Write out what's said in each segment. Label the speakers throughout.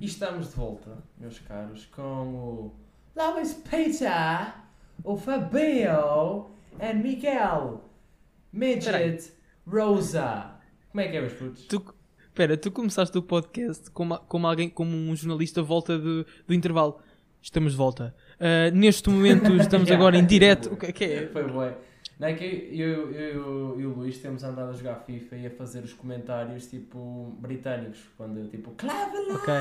Speaker 1: estamos de volta, meus caros, com o Lamas Peter, o Fabio e Miguel Midget Rosa. Como é que é, meus putos?
Speaker 2: Tu, pera, tu começaste o podcast como, como alguém, como um jornalista volta do, do intervalo. Estamos de volta. Ah, neste momento estamos agora em direto. O que, que é?
Speaker 1: Foi bué. Não é que eu, eu, eu e o Luís temos andado a jogar FIFA e a fazer os comentários tipo britânicos, quando eu tipo clava lá!
Speaker 2: Ok.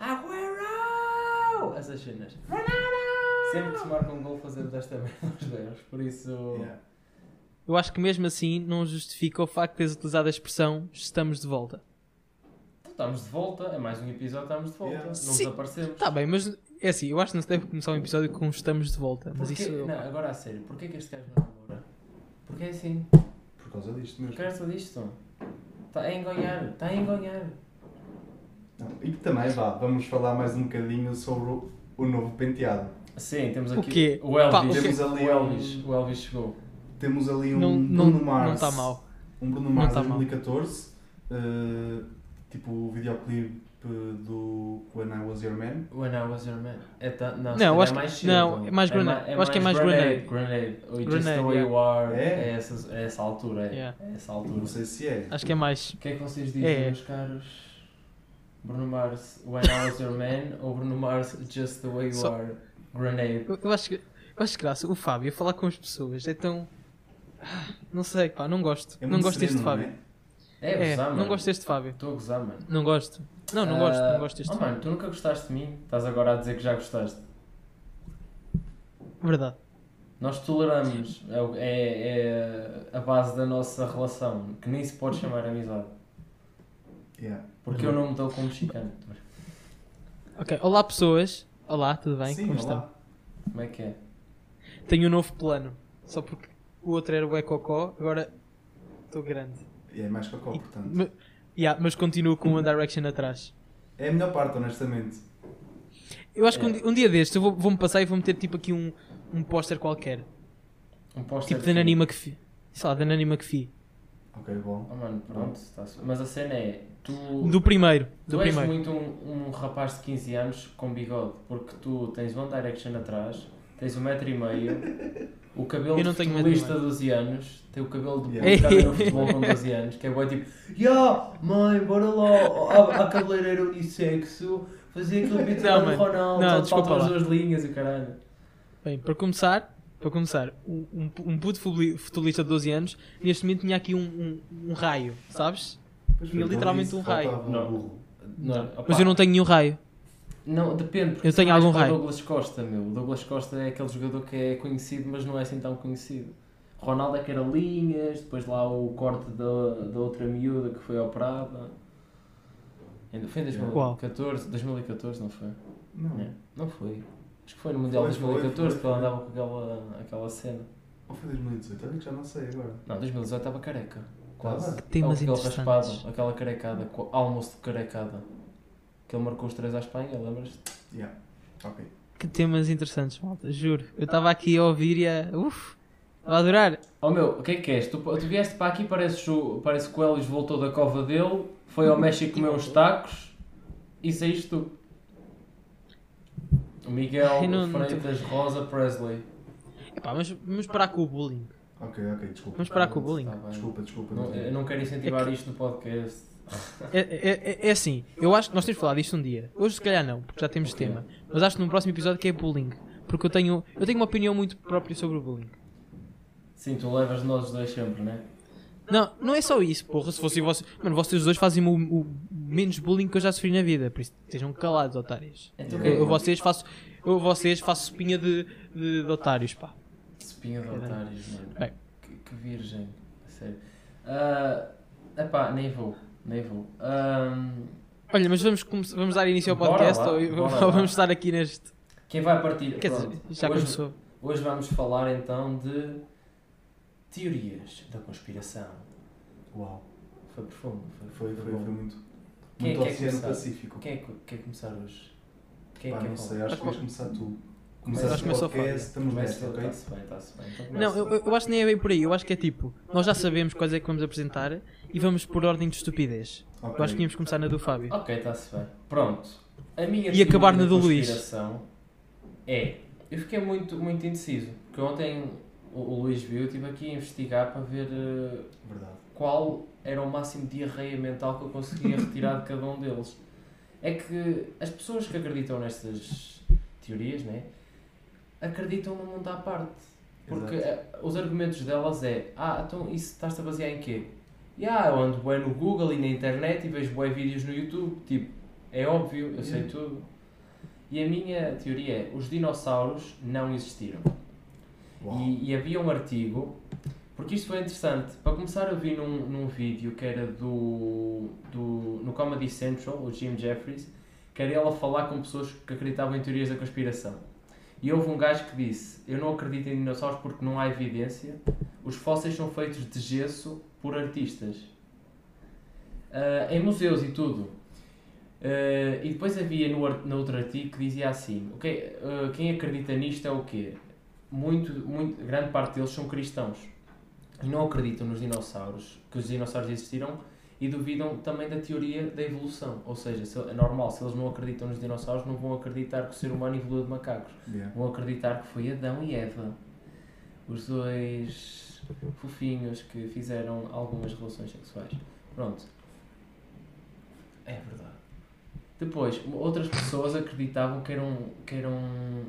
Speaker 1: Aguero! Essas cenas. Sempre que se marca um gol fazemos esta merda aos berros, por isso.
Speaker 3: Yeah.
Speaker 2: Eu acho que mesmo assim não justifica o facto de teres utilizado a expressão estamos de volta.
Speaker 1: Estamos de volta, é mais um episódio, estamos de volta.
Speaker 3: Yeah.
Speaker 1: Não
Speaker 2: Sim.
Speaker 1: desaparecemos.
Speaker 2: Tá bem, mas é assim, eu acho que não se deve começar um episódio com estamos de volta. Mas
Speaker 1: Porquê-
Speaker 2: isso.
Speaker 1: Não, agora a sério, porquê que este gajo não namora? Porquê assim?
Speaker 3: Por causa disto
Speaker 1: Por
Speaker 3: mesmo.
Speaker 1: causa disto? Está a enganhar, está a enganhar.
Speaker 3: Não, E também, vá, vamos falar mais um bocadinho sobre o, o novo penteado.
Speaker 1: Sim, temos
Speaker 2: O
Speaker 1: aqui
Speaker 2: quê?
Speaker 1: o Elvis.
Speaker 2: Pá, o quê?
Speaker 3: Temos
Speaker 1: O
Speaker 3: ali
Speaker 1: Elvis,
Speaker 3: um,
Speaker 1: o Elvis chegou.
Speaker 3: temos ali um
Speaker 2: Não, não,
Speaker 3: Bruno
Speaker 2: não
Speaker 3: Mars.
Speaker 2: está mal.
Speaker 3: Um Bruno
Speaker 2: Não
Speaker 3: Mars
Speaker 2: tá mal.
Speaker 3: 2014. eh, tipo o videoclipe eh, do When I Was Your Man.
Speaker 1: When I was your man. É ta- não,
Speaker 2: Não,
Speaker 1: se
Speaker 2: eu
Speaker 1: calhar
Speaker 2: acho
Speaker 1: é
Speaker 2: que-
Speaker 1: mais cedo,
Speaker 2: não,
Speaker 1: então.
Speaker 2: é mais Grenade.
Speaker 1: ma-
Speaker 2: Eu acho que é mais
Speaker 1: Grenade. Grenade. Ou It's Just
Speaker 2: Grenade,
Speaker 1: the Way You Are.
Speaker 3: É?
Speaker 1: É, essa, é essa altura. É,
Speaker 2: Yeah.
Speaker 1: é essa
Speaker 3: Não
Speaker 1: altura.
Speaker 3: sei se é.
Speaker 2: Acho que é mais.
Speaker 1: O que é que vocês dizem,
Speaker 2: É.
Speaker 1: meus caros? Bruno Mars, When I Was Your Man ou Bruno Mars, Just the Way You
Speaker 2: Só-
Speaker 1: Are, Grenade?
Speaker 2: Eu, eu acho que. Eu acho graça. O Fábio a falar com as pessoas é tão. Ah, Não sei, pá, não gosto.
Speaker 3: É
Speaker 2: não
Speaker 3: muito
Speaker 2: gosto deste
Speaker 3: sereno,
Speaker 2: Fábio.
Speaker 3: não é?
Speaker 1: É,
Speaker 2: É,
Speaker 1: gozar,
Speaker 2: não
Speaker 1: mano.
Speaker 2: gosto deste Fábio.
Speaker 1: Estou a gozar, mano.
Speaker 2: Não gosto. Não, não gosto,
Speaker 1: Ah,
Speaker 2: não gosto deste tipo.
Speaker 1: Oh,
Speaker 2: Fábio.
Speaker 1: mano, tu nunca gostaste de mim. Estás agora a dizer que já gostaste.
Speaker 2: Verdade.
Speaker 1: Nós toleramos. É, o- é, é a base da nossa relação, que nem se pode chamar amizade.
Speaker 3: Yeah.
Speaker 1: Porque eu
Speaker 2: Uhum.
Speaker 1: não me dou com mexicano.
Speaker 2: Ok, olá pessoas. Olá, tudo bem?
Speaker 3: Sim,
Speaker 2: Como
Speaker 3: olá.
Speaker 2: estão?
Speaker 1: Como é que é?
Speaker 2: Tenho um novo plano. Só porque o outro era o Ecocó, agora estou grande.
Speaker 3: É mais cocó,
Speaker 2: E-
Speaker 3: portanto.
Speaker 2: me- yeah, mas continuo com One Direction atrás.
Speaker 3: É a melhor parte, honestamente.
Speaker 2: Eu acho que um,
Speaker 1: É.
Speaker 2: di- um dia destes eu vou- vou-me passar e vou meter tipo aqui um, um póster qualquer.
Speaker 1: Um póster.
Speaker 2: Tipo
Speaker 1: de-
Speaker 2: da Nanny McPhee. Sei lá, da Nanny McPhee.
Speaker 3: Ok, bom.
Speaker 1: Oh, mano, pronto. Tá-se- Mas a cena é. Tu,
Speaker 2: Do primeiro. Do
Speaker 1: tu és muito
Speaker 2: primeiro.
Speaker 1: um, um rapaz de 15 anos com bigode. Porque tu tens One Direction atrás, tens um metro e meio. O cabelo
Speaker 2: Eu não
Speaker 1: de
Speaker 2: tenho
Speaker 1: futebolista
Speaker 2: metro
Speaker 1: de 12 anos, tem o cabelo de
Speaker 3: Yeah.
Speaker 1: yeah. no futebol com 12 anos, que é boi tipo, yeah, mãe, bora lá à, à cabeleireira unissexo, fazer aquele beat
Speaker 2: Não,
Speaker 1: do
Speaker 2: mano.
Speaker 1: Ronaldo,
Speaker 2: Não,
Speaker 1: só te
Speaker 2: desculpa
Speaker 1: faltam as
Speaker 2: lá.
Speaker 1: duas linhas e o caralho.
Speaker 2: Bem, para começar, para começar, um, um, pu- um puto futeboli- futebolista de 12 anos, neste momento tinha aqui um, um- um raio, sabes?
Speaker 3: Pois
Speaker 2: Tinha
Speaker 3: foi,
Speaker 2: literalmente
Speaker 3: disse,
Speaker 2: um raio.
Speaker 3: faltava
Speaker 1: Não.
Speaker 3: um burro.
Speaker 1: Não,
Speaker 2: Mas
Speaker 1: opá.
Speaker 2: eu não tenho nenhum raio.
Speaker 1: Não, depende. porque
Speaker 2: Eu
Speaker 1: tu
Speaker 2: tenho
Speaker 1: vais
Speaker 2: algum
Speaker 1: para o
Speaker 2: raio.
Speaker 1: Douglas Costa, meu. O Douglas Costa é aquele jogador que é conhecido, mas não é assim tão conhecido. Ronaldo é que era linhas, depois lá o corte da, da outra miúda que foi operada. Ainda- Foi em 2014? 2014 não foi?
Speaker 3: Não.
Speaker 1: É, Não foi. Acho que foi no Mundial
Speaker 3: Foi,
Speaker 1: de
Speaker 3: foi,
Speaker 1: 2014 que
Speaker 3: foi,
Speaker 1: ela
Speaker 3: foi.
Speaker 1: andava com aquela, aquela cena.
Speaker 3: Ou foi 2018? Olha que já não sei agora.
Speaker 1: Não, 2018 estava careca. Quase.
Speaker 3: Estava?
Speaker 2: Que temas
Speaker 1: Aquele
Speaker 2: interessantes.
Speaker 1: raspado, aquela carecada, co- almoço de carecada. Que ele marcou os três à Espanha, lembras-te?
Speaker 3: Yeah. Ok.
Speaker 2: Que temas interessantes, malta, juro. Eu estava aqui a ouvir e a. Uf! Estava a adorar.
Speaker 1: Oh meu, o que é que és? Tu, tu vieste para aqui, parece, parece que o Elvis voltou da cova dele, foi ao México comer uns tacos e saíste tu. O Miguel
Speaker 2: Ai, não- não
Speaker 1: Freitas Rosa Presley.
Speaker 2: Epá, mas vamos parar com o bullying.
Speaker 3: Ok, ok, desculpa.
Speaker 2: Vamos parar com o bullying.
Speaker 1: Tá bem.
Speaker 3: Desculpa, desculpa.
Speaker 1: Não- eu não quero incentivar isto no podcast.
Speaker 2: É, é- é- é assim, eu acho que nós temos falado disto um dia. Hoje se calhar não, porque já temos
Speaker 1: Ok.
Speaker 2: tema. Mas acho que num próximo episódio que é bullying. Porque eu tenho, eu tenho uma opinião muito própria sobre o bullying.
Speaker 1: Sim, tu levas nós dois sempre, né?
Speaker 2: Não, não é só isso, porra. Se fossem vocês. Mano, vocês dois fazem o, o menos bullying que eu já sofri na vida. Por isso, estejam calados, otários.
Speaker 1: Então,
Speaker 2: É Eu, eu
Speaker 1: eu,
Speaker 2: vocês faço. Eu vocês faço espinha de, de, de otários, pá.
Speaker 1: Espinha de otários, mano.
Speaker 2: É Bem.
Speaker 1: Que, que virgem, a sério. Ah, epá, nem vou, nem vou. Ah,
Speaker 2: Olha, mas vamos, come- vamos dar início ao
Speaker 1: Bora
Speaker 2: podcast
Speaker 1: lá,
Speaker 2: ou,
Speaker 1: bora
Speaker 2: ou
Speaker 1: lá.
Speaker 2: vamos estar aqui neste.
Speaker 1: quem vai partir?
Speaker 2: Quer
Speaker 1: Pronto,
Speaker 2: dizer, já
Speaker 1: hoje-
Speaker 2: começou.
Speaker 1: Hoje vamos falar então de teorias da conspiração.
Speaker 3: Uau.
Speaker 1: Foi profundo, foi,
Speaker 3: Foi, foi, foi
Speaker 1: bom.
Speaker 3: muito.
Speaker 1: Quem é
Speaker 3: muito
Speaker 1: que é
Speaker 3: Oceano
Speaker 1: começar?
Speaker 3: Pacífico.
Speaker 1: Quem é que quer começar hoje? Quem é
Speaker 3: Pá,
Speaker 1: que quer
Speaker 3: não sei,
Speaker 1: falar?
Speaker 3: acho que vais começar tu.
Speaker 2: Acho
Speaker 3: Começaste
Speaker 2: que
Speaker 3: o
Speaker 2: começou
Speaker 3: podcast, estamos nessa, ok?
Speaker 1: Está-se bem, está-se bem. Então
Speaker 2: Não,
Speaker 1: começa.
Speaker 2: eu, eu acho que nem é bem por aí. Eu acho que é tipo, nós já sabemos quais é que vamos apresentar e vamos por ordem de estupidez.
Speaker 1: então.
Speaker 3: Ok.
Speaker 2: Eu acho que íamos começar na do Fábio.
Speaker 1: Ok, está-se bem. Pronto. A minha
Speaker 2: E acabar
Speaker 1: teoria
Speaker 2: na do
Speaker 1: da
Speaker 2: Luís.
Speaker 1: conspiração É. Eu fiquei muito, muito indeciso. Porque ontem o, o Luís viu, eu estive aqui a investigar para ver eh,
Speaker 3: Verdade.
Speaker 1: qual era o máximo de diarreia mental que eu conseguia retirar de cada um deles. É que as pessoas que acreditam nestas teorias, né, acreditam num mundo à parte. Porque
Speaker 3: Exato.
Speaker 1: eh, os argumentos delas é, ah, então isso estás-te a basear em quê? E ah, eu ando bué no Google e na internet e vejo bué vídeos no YouTube, tipo, é óbvio, eu sei
Speaker 3: Yeah.
Speaker 1: tudo. E a minha teoria é, os dinossauros não existiram.
Speaker 3: Uau.
Speaker 1: E, e havia um artigo, porque isto foi interessante. Para começar, eu vi num, num vídeo que era do, do. no Comedy Central, o Jim Jeffries, que era ele a falar com pessoas que acreditavam em teorias da conspiração. E houve um gajo que disse: Eu não acredito em dinossauros porque não há evidência, os fósseis são feitos de gesso por artistas. Ah, em museus e tudo. Ah, e depois havia no, ar- no outro artigo que dizia assim: ok ah, Quem acredita nisto é o quê? muito, muito, grande parte deles são cristãos e não acreditam nos dinossauros, que os dinossauros existiram e duvidam também da teoria da evolução. Ou seja, se- é normal, se eles não acreditam nos dinossauros, não vão acreditar que o ser humano evoluiu de macacos.
Speaker 3: Yeah.
Speaker 1: Vão acreditar que foi Adão e Eva, os dois fofinhos que fizeram algumas relações sexuais. Pronto. É verdade. Depois, outras pessoas acreditavam que eram, que eram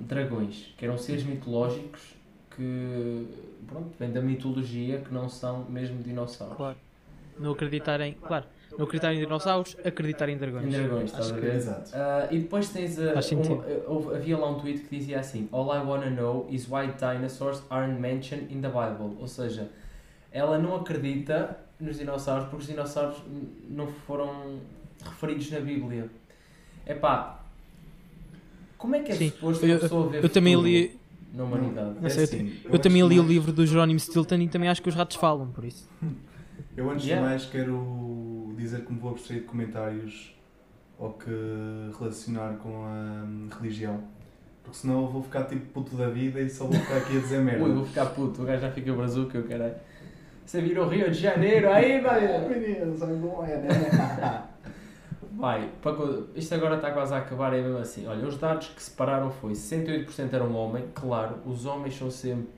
Speaker 1: dragões, que eram seres mitológicos que, pronto, vêm da mitologia, que não são mesmo dinossauros.
Speaker 2: Claro. Não acreditar em. Claro. Não acreditar em dinossauros, acreditar em dragões.
Speaker 1: Em dragões, tá. estás
Speaker 2: Acho
Speaker 1: a
Speaker 2: que-
Speaker 1: ver?
Speaker 3: Exato.
Speaker 1: Ah, e depois tens a,
Speaker 2: Faz sentido.
Speaker 1: um- houve- havia lá um tweet que dizia assim: All I wanna know is why dinosaurs aren't mentioned in the Bible. Ou seja, ela não acredita nos dinossauros porque os dinossauros n- não foram referidos na Bíblia. Epá, como é que é
Speaker 2: Sim,
Speaker 1: suposto
Speaker 2: eu-
Speaker 1: uma pessoa ver
Speaker 2: Eu também
Speaker 1: futuro
Speaker 2: li,
Speaker 1: na humanidade?
Speaker 2: Não sei, eu
Speaker 3: assim,
Speaker 2: eu também
Speaker 3: antes de
Speaker 2: li o
Speaker 3: mais-
Speaker 2: livro do Jerónimo Stilton e também acho que os ratos falam, por isso.
Speaker 3: Eu antes
Speaker 1: Yeah.
Speaker 3: de mais quero dizer que me vou abstrair de comentários ou que relacionar com a hum, religião. Porque senão eu vou ficar tipo puto da vida e só vou ficar aqui a dizer
Speaker 1: Ui, vou
Speaker 3: merda.
Speaker 1: ficar puto, o gajo já fica brazuca, eu caralho. Você virou Rio de Janeiro aí, vai!
Speaker 3: Meninos, vergonha, né?
Speaker 1: Vai, para co- isto agora está quase a acabar, é mesmo assim. Olha, os dados que separaram foi 68% eram um homem, claro, os homens são sempre.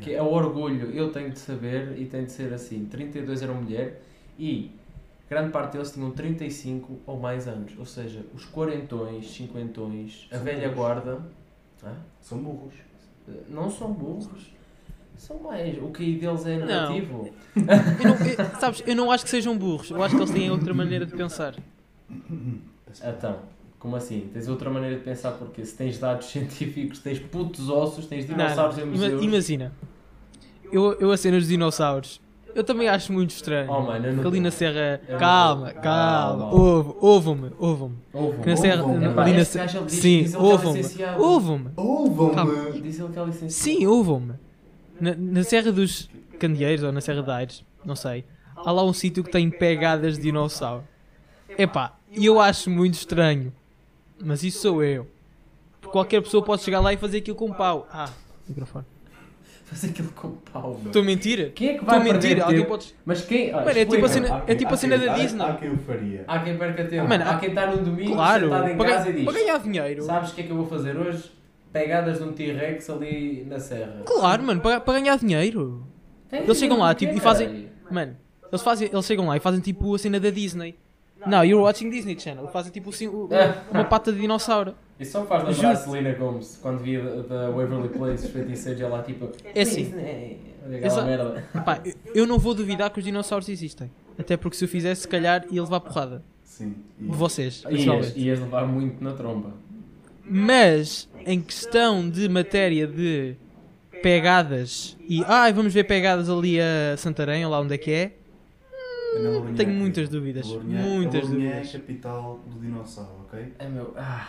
Speaker 1: Que é o orgulho, eu tenho de saber e tem de ser assim. 32 eram mulher e grande parte deles tinham 35 ou mais anos. Ou seja, os quarentões, cinquentões, a
Speaker 3: São
Speaker 1: velha
Speaker 3: burros.
Speaker 1: guarda. hã?
Speaker 3: São burros.
Speaker 1: Eh, Não são burros, são mais. O que deles é
Speaker 2: Não.
Speaker 1: negativo.
Speaker 2: Eu não- eu- sabes, eu não acho que sejam burros, eu acho que eles têm outra maneira de pensar.
Speaker 1: Então, como assim? Tens outra maneira de pensar porque se tens dados científicos, tens putos ossos, tens
Speaker 2: Não,
Speaker 1: dinossauros em
Speaker 2: ima-
Speaker 1: museus.
Speaker 2: imagina, eu, eu a cena dos dinossauros, eu também acho muito estranho.
Speaker 1: Oh, mano, eu não
Speaker 2: Porque ali na Serra.
Speaker 1: Eu não- Calma.
Speaker 2: Calma, calma, ouve, ouve-me, ouve-me.
Speaker 1: Ouvam.
Speaker 2: Que na Serra.
Speaker 3: ouve-me.
Speaker 2: na-
Speaker 1: Epá,
Speaker 2: ali na
Speaker 1: este
Speaker 2: Serra-
Speaker 1: gajo, ele diz-
Speaker 2: Sim,
Speaker 1: diz ele que é
Speaker 2: ouvam-me.
Speaker 1: licenciado.
Speaker 2: Ouvam-me.
Speaker 3: Ouvam-me!
Speaker 1: Diz ele que é licenciado.
Speaker 2: Sim, ouvam-me. Na, na Serra dos Candeeiros ou na Serra de Aires, não sei, há lá um sítio que tem pegadas de dinossauro. Epá, e eu acho muito estranho. Mas isso sou eu. Qualquer pessoa pode chegar lá e fazer aquilo com um pau. Ah, microfone.
Speaker 1: Faz aquilo com pau. meu.
Speaker 2: Estou a mentir?
Speaker 1: Quem é que
Speaker 2: Estou
Speaker 1: vai
Speaker 2: a
Speaker 1: perder
Speaker 2: mentir? Alguém
Speaker 1: tempo?
Speaker 2: pode.
Speaker 1: Mas quem... Ah,
Speaker 2: Mano, é tipo
Speaker 1: explica.
Speaker 2: a cena- é tipo a cena da Disney.
Speaker 3: Há quem o faria.
Speaker 1: Há quem perca tempo.
Speaker 2: Ah, Mano,
Speaker 1: há
Speaker 2: há-
Speaker 1: quem está num domingo
Speaker 2: Claro,
Speaker 1: sentado em
Speaker 2: para
Speaker 1: casa
Speaker 2: ga-
Speaker 1: e
Speaker 2: para
Speaker 1: diz
Speaker 2: ganhar dinheiro.
Speaker 1: Sabes o que é que eu vou fazer hoje? Pegadas de um T-Rex ali na serra.
Speaker 2: Claro, mano, para, para ganhar dinheiro.
Speaker 1: Tem
Speaker 2: Eles chegam lá,
Speaker 1: dinheiro, é
Speaker 2: tipo, e
Speaker 1: quê,
Speaker 2: fazem-
Speaker 1: caralho?
Speaker 2: Mano, eles, fazem, eles chegam lá e fazem tipo a cena da Disney. Não, you're watching Disney Channel. Fazem tipo assim, o-
Speaker 1: É.
Speaker 2: o- uma pata de dinossauro.
Speaker 1: Isso só me faz lembrar a
Speaker 2: Juro-te.
Speaker 1: Selena Gomes, quando via da Waverly Place, os feiticeiros, ela tipo... né?"
Speaker 2: É assim.
Speaker 1: Olha aquela
Speaker 2: Exa-
Speaker 1: merda.
Speaker 2: Pá, eu- eu não vou duvidar que os dinossauros existem. Até porque se eu fizesse, se calhar ia levar porrada.
Speaker 3: Sim. E-
Speaker 2: De vocês,
Speaker 1: Ias,
Speaker 2: pessoalmente.
Speaker 1: ias levar muito na tromba.
Speaker 2: Mas, em questão de matéria de pegadas e. Ai, vamos ver pegadas ali a Santarém, ou lá onde é que é.
Speaker 3: Ana Lourinhã,
Speaker 2: Tenho muitas
Speaker 3: querida.
Speaker 2: dúvidas,
Speaker 3: Lourinhã-
Speaker 2: muitas
Speaker 3: Lourinhã
Speaker 2: dúvidas.
Speaker 3: é a capital do dinossauro, ok?
Speaker 1: É meu. Ah.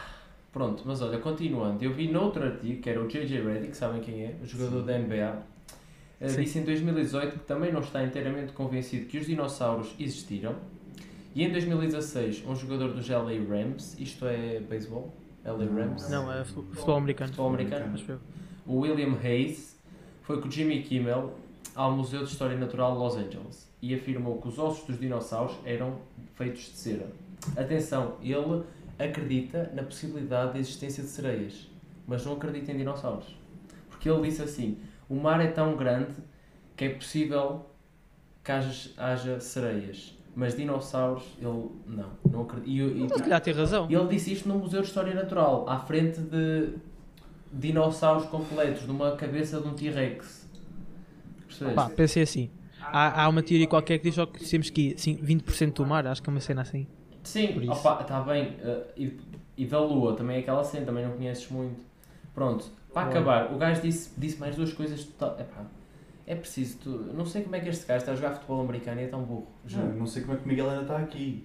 Speaker 1: Pronto, mas olha, continuando, eu vi noutro artigo que era o JJ Redick, sabem quem é? O jogador
Speaker 3: Sim.
Speaker 1: da NBA. eh,
Speaker 2: Sim.
Speaker 1: Disse em 2018 que também não está inteiramente convencido que os dinossauros existiram. E em 2016, um jogador do LA Rams, isto é beisebol, L.A. Rams.
Speaker 2: Não, é fu- futebol americano.
Speaker 1: Futebol americano.
Speaker 2: Acho eu.
Speaker 1: O William Hayes foi com Jimmy Kimmel ao Museu de História Natural de Los Angeles e afirmou que os ossos dos dinossauros eram feitos de cera. Atenção, ele acredita na possibilidade da existência de sereias, mas não acredita em dinossauros. Porque ele disse assim: o mar é tão grande que é possível que haja, haja sereias, mas dinossauros ele não, não acredita. E- e-
Speaker 2: Mas Então, se calhar tem razão.
Speaker 1: e ele disse isto no Museu de História Natural, à frente de dinossauros completos, numa cabeça de um T-Rex. Percebeste?
Speaker 2: Pá, pensei assim. Há, há uma teoria qualquer que diz só que temos que ir assim, 20% do mar, acho que é uma cena assim. por
Speaker 1: Sim,
Speaker 2: isso.
Speaker 1: opa, está bem. eh, e, e da Lua, também é aquela cena, também não conheces muito. Pronto, para
Speaker 2: Bom.
Speaker 1: acabar, o gajo disse, disse mais duas coisas. total- epá, é preciso, tu, não sei como é que este gajo está a jogar futebol americano e é tão burro.
Speaker 2: Ah.
Speaker 3: Já,
Speaker 2: Hum.
Speaker 3: eu não sei como é que o Miguel ainda está aqui.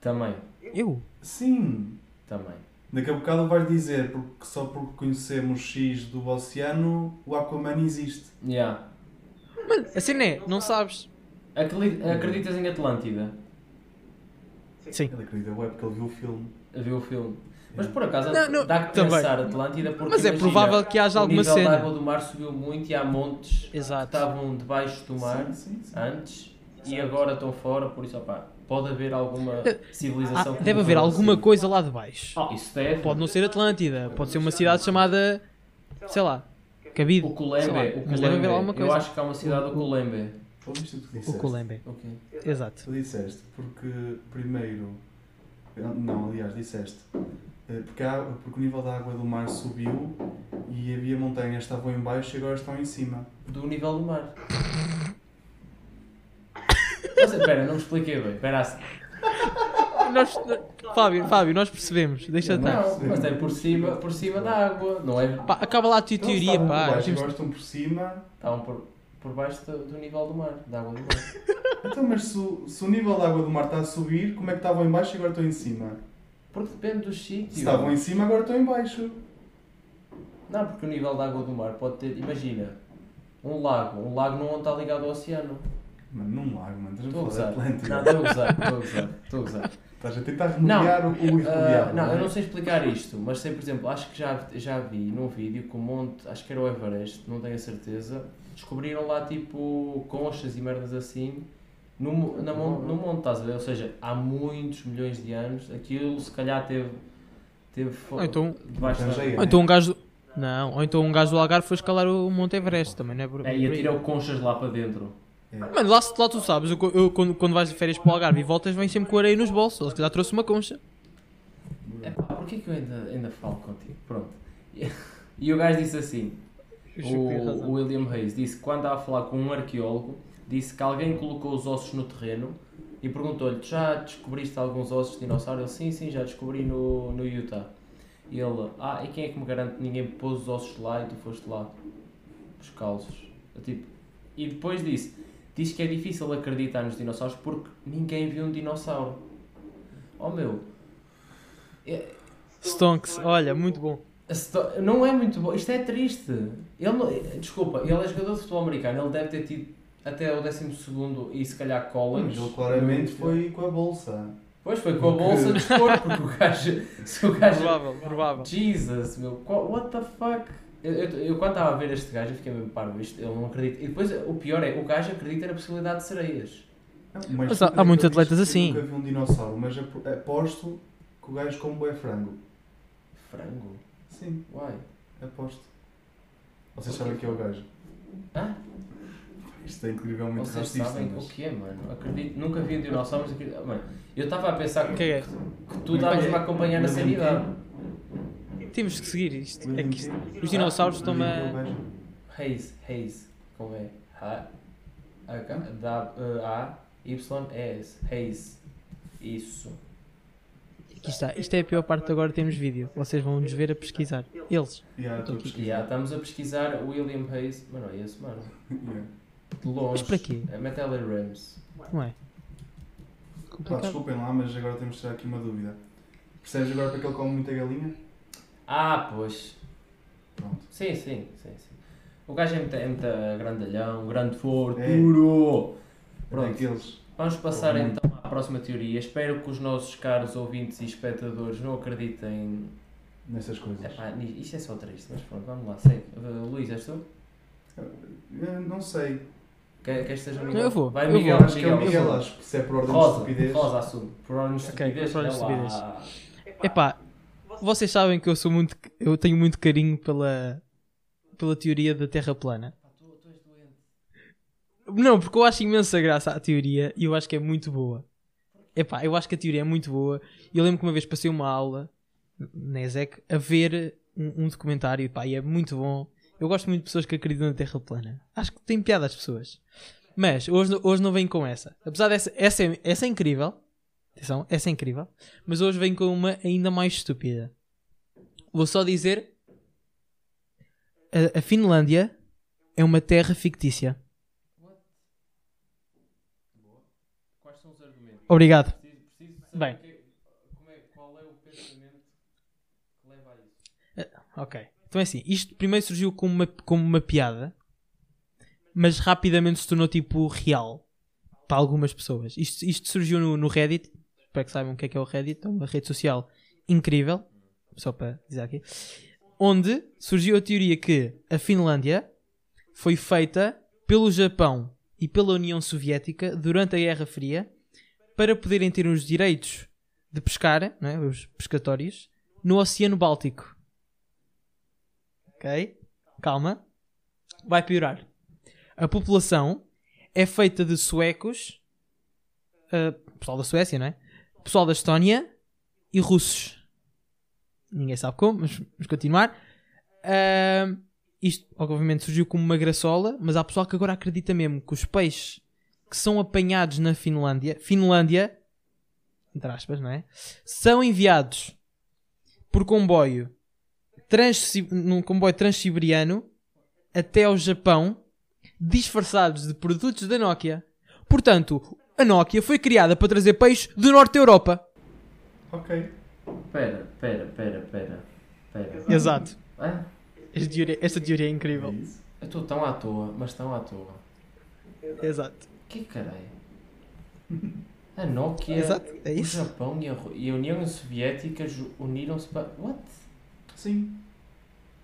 Speaker 1: Também,
Speaker 2: Eu?
Speaker 3: Sim!
Speaker 1: também.
Speaker 3: Daqui a bocado vais dizer porque só porque conhecemos X do oceano, o Aquaman existe.
Speaker 1: Yeah.
Speaker 2: Mano, a cena é, não sabes.
Speaker 1: Acli-
Speaker 2: Uhum.
Speaker 1: Acreditas em Atlântida?
Speaker 2: Sim.
Speaker 3: Ele acredita, ué, porque ele viu o filme.
Speaker 1: Viu o filme. Mas por acaso
Speaker 2: Não, não,
Speaker 1: dá que
Speaker 2: também.
Speaker 1: pensar Atlântida porque
Speaker 2: Mas é
Speaker 1: imagina,
Speaker 2: provável que haja
Speaker 1: o
Speaker 2: alguma
Speaker 1: nível da água
Speaker 2: cena. Ah,
Speaker 1: do mar subiu muito e há montes que
Speaker 2: Exato.
Speaker 1: estavam debaixo do mar
Speaker 3: Sim, sim, sim.
Speaker 1: antes e agora estão fora, por isso opá, pode haver alguma
Speaker 2: Ah,
Speaker 1: civilização. é que
Speaker 2: deve haver
Speaker 1: nunca
Speaker 2: alguma
Speaker 1: existiu.
Speaker 2: coisa lá de baixo.
Speaker 1: Oh, isso deve.
Speaker 2: Pode não ser Atlântida, pode ser uma cidade chamada, sei lá, Cabide.
Speaker 1: O Colembe,
Speaker 2: sei lá,
Speaker 1: o
Speaker 2: mas deve haver alguma
Speaker 1: Colembe. Eu
Speaker 2: coisa.
Speaker 1: acho é que há uma cidade do Colembe.
Speaker 3: Ouviste o que
Speaker 2: O é?
Speaker 3: disseste?
Speaker 2: Colembe.
Speaker 1: Ok.
Speaker 2: Exato.
Speaker 3: Tu disseste porque primeiro. eh, Não, aliás, disseste. eh, Porque, a, água- porque o nível da água do mar subiu e havia montanhas que estavam em baixo e agora estão em cima.
Speaker 1: Do nível do mar. Mas, Espera, não me expliquei bem. Espera assim.
Speaker 2: Nós, Fábio, Fábio, nós percebemos. Deixa estar.
Speaker 1: Não, mas é por cima, por cima da água, não é?
Speaker 2: Pá, acaba lá a tua
Speaker 3: Então,
Speaker 2: teoria,
Speaker 3: estavam por
Speaker 2: pá.
Speaker 3: baixo,
Speaker 2: Temos-
Speaker 3: agora estão por cima.
Speaker 1: Estavam por, por baixo do, do nível do mar, da água do mar.
Speaker 3: Então, mas se, o- se o nível da água do mar está a subir, como é que estavam em baixo e agora estão em cima?
Speaker 1: Porque depende dos
Speaker 3: Se estavam
Speaker 1: sítios.
Speaker 3: em cima, agora estão em baixo.
Speaker 1: Não, porque o nível da água do mar pode ter. Imagina, um lago. Um lago não está ligado ao oceano.
Speaker 3: Mano, não lago, mano. Estás a
Speaker 1: Estou a
Speaker 3: falar da
Speaker 1: gozar. Não, estou a gozar,
Speaker 3: Atlântida.
Speaker 1: estou a gozar, estou a gozar.
Speaker 3: Estás a tentar remediar o o irremediável. é?
Speaker 1: Ah, não, eu não sei explicar isto, mas sei, por exemplo, acho que já, já vi num vídeo que o monte, acho que era o Everest, não tenho a certeza, descobriram lá tipo conchas e merdas assim no, mo- na, mon- no monte, estás a ver? Ou seja, há muitos milhões de anos, aquilo se calhar teve. teve fo-
Speaker 2: Ou então-
Speaker 1: debaixo da-
Speaker 3: Então já é.
Speaker 2: Ou então um gajo. Não, ou então um gajo do Algarve foi escalar o Monte Everest também, não é? Por...
Speaker 1: É, e atirou conchas lá para dentro.
Speaker 2: Mano, lá, lá tu sabes, eu, eu quando, quando vais de férias para o Algarve e voltas, vem sempre com areia nos bolsos. Ele se calhar trouxe uma concha.
Speaker 1: É pá, porquê que eu ainda, ainda falo contigo? Pronto. E, o gajo disse assim: o, o William Hayes disse que quando estava a falar com um arqueólogo, disse que alguém colocou os ossos no terreno e perguntou-lhe: "Tu já descobriste alguns ossos de dinossauro? Ele, sim, sim, já descobri no, no Utah. E ele, ah, e quem é que me garante que ninguém pôs os ossos lá e tu foste lá? Os calços. Eu, tipo, e depois disse: diz que é difícil acreditar nos dinossauros porque ninguém viu um dinossauro. Oh meu,
Speaker 2: Stonks, olha, muito bom.
Speaker 1: Sto- Não é muito bom. Isto é triste. Ele, não- desculpa, ele é jogador de futebol americano. Ele deve ter tido até o 12 e se calhar
Speaker 3: Mas
Speaker 1: college.
Speaker 3: ele claramente foi com a bolsa.
Speaker 1: Pois foi com a
Speaker 3: Porque-
Speaker 1: bolsa de esporte, porque o gajo. Se o gajo.
Speaker 2: Provável, provável.
Speaker 1: Jesus, meu. qual- What the fuck? Eu, eu- eu quando estava a ver este gajo, eu fiquei mesmo parvo. Isto, ele não acredita. E depois o pior é: o gajo acredita na possibilidade de sereias.
Speaker 2: Mas há- há muitos atletas
Speaker 3: Eu
Speaker 2: assim.
Speaker 3: Nunca vi um dinossauro, mas apo- aposto que o gajo come bué frango.
Speaker 1: Frango?
Speaker 3: Sim,
Speaker 1: Uai.
Speaker 3: aposto. Vocês sabem que é o gajo?
Speaker 1: Hã?
Speaker 3: Isto é incrivelmente
Speaker 1: Vocês
Speaker 3: racista.
Speaker 1: sabem o
Speaker 3: mas-
Speaker 1: que é, mano? Acredito. Nunca vi um dinossauro, mas acredito. Mano, eu estava a pensar que,
Speaker 2: Que é?
Speaker 1: que tu estavas-me a acompanhar na sanidade.
Speaker 2: Temos que seguir isto. É
Speaker 3: William
Speaker 2: que isto-
Speaker 3: Kane.
Speaker 2: os dinossauros estão
Speaker 3: William Kane é o
Speaker 2: a.
Speaker 3: gajo.
Speaker 1: Haze, Haze, como é? H, H, W, A, Y, E, S, Haze. Isso.
Speaker 2: Aqui está. Isto é a pior parte agora temos vídeo. Vocês vão nos ver a pesquisar. Eles.
Speaker 3: Yeah, estou a pesquisar.
Speaker 1: Yeah, estamos a pesquisar William Haze, mas não é esse, mano.
Speaker 3: Yeah.
Speaker 1: De longe.
Speaker 2: Mas para quê?
Speaker 1: É Metal Rams.
Speaker 2: Não é?
Speaker 3: Pá,
Speaker 2: Complicado.
Speaker 3: desculpem lá, mas agora temos de tirar aqui uma dúvida. Percebes agora porque ele come muita galinha?
Speaker 1: Ah, pois.
Speaker 3: Pronto.
Speaker 1: Sim, sim, sim, sim. O gajo é muito, é muito grandalhão, grande forte,
Speaker 3: É.
Speaker 1: duro.
Speaker 3: Pronto.
Speaker 1: Pronto.
Speaker 3: É Daqueles.
Speaker 2: Tá
Speaker 1: Vamos passar
Speaker 3: Uhum.
Speaker 1: então à próxima teoria. Espero que os nossos caros ouvintes e espectadores não acreditem
Speaker 3: nestas coisas.
Speaker 1: Epá, ni- isto é só triste, mas pronto, vamos lá, segue. Uh, Luís, és tu?
Speaker 3: Eu não sei.
Speaker 1: Quer, queres que seja o Miguel?
Speaker 2: Eu vou,
Speaker 1: Vai,
Speaker 2: eu
Speaker 1: Miguel,
Speaker 2: vou.
Speaker 3: acho que é o Miguel, acho que se é por ordem de
Speaker 1: Rosa,
Speaker 3: estupidez.
Speaker 1: Rosa assume. Por ordem de
Speaker 2: Ok,
Speaker 1: estupidez,
Speaker 2: por ordem de
Speaker 1: é lá.
Speaker 2: Epá, vocês sabem que eu sou muito. Eu tenho muito carinho pela. pela teoria da Terra plana.
Speaker 1: Pá, tu- tu és doente.
Speaker 2: Não, porque eu acho imensa graça à teoria e eu acho que é muito boa. Epá, eu acho que a teoria é muito boa. E eu lembro que uma vez passei uma aula na ESEC a ver um, um documentário pá, e é muito bom. Eu gosto muito de pessoas que acreditam na Terra plana. Acho que tem piada às pessoas. Mas hoje, não- hoje não vem com essa. Apesar dessa, essa é, essa é incrível. Atenção, essa é incrível. Mas hoje vem com uma ainda mais estúpida. Vou só dizer: a- a Finlândia é uma terra fictícia.
Speaker 1: Quais são os argumentos?
Speaker 2: Obrigado.
Speaker 1: Preciso, preciso saber
Speaker 2: Bem.
Speaker 1: o que é- como é- qual é o pensamento que leva a isso.
Speaker 2: Ok. Então é assim, isto primeiro surgiu como uma, como uma piada, mas rapidamente se tornou tipo real para algumas pessoas. Isto, isto surgiu no, no Reddit, espero que saibam o que é que é o Reddit, é uma rede social incrível, só para dizer aqui, onde surgiu a teoria que a Finlândia foi feita pelo Japão e pela União Soviética durante a Guerra Fria para poderem ter os direitos de pescar, não é? os pescatórios, no Oceano Báltico. Ok? Calma. Vai piorar. A população é feita de suecos, ah, pessoal da Suécia, não é? Pessoal da Estónia e russos. Ninguém sabe como, mas vamos continuar. Ah, isto, obviamente, surgiu como uma graçola, mas há pessoal que agora acredita mesmo que os peixes que são apanhados na Finlândia, Finlândia, entre aspas, não é? São enviados por comboio transsi- num comboio transiberiano até ao Japão, disfarçados de produtos da Nokia. Portanto, a Nokia foi criada para trazer peixe do norte da Europa.
Speaker 3: Ok.
Speaker 1: Pera, pera, pera, pera. Pera.
Speaker 2: Exato.
Speaker 1: Ah,
Speaker 2: Esta teoria, esta teoria é
Speaker 3: É
Speaker 2: incrível.
Speaker 3: isso.
Speaker 1: eu estou tão à toa, mas tão à toa.
Speaker 2: Exato.
Speaker 1: Que caralho? A Nokia,
Speaker 2: Exato. É
Speaker 1: o
Speaker 2: isso.
Speaker 1: Japão e a, Ru- e a União Soviética ju- uniram-se para. What?
Speaker 3: Sim.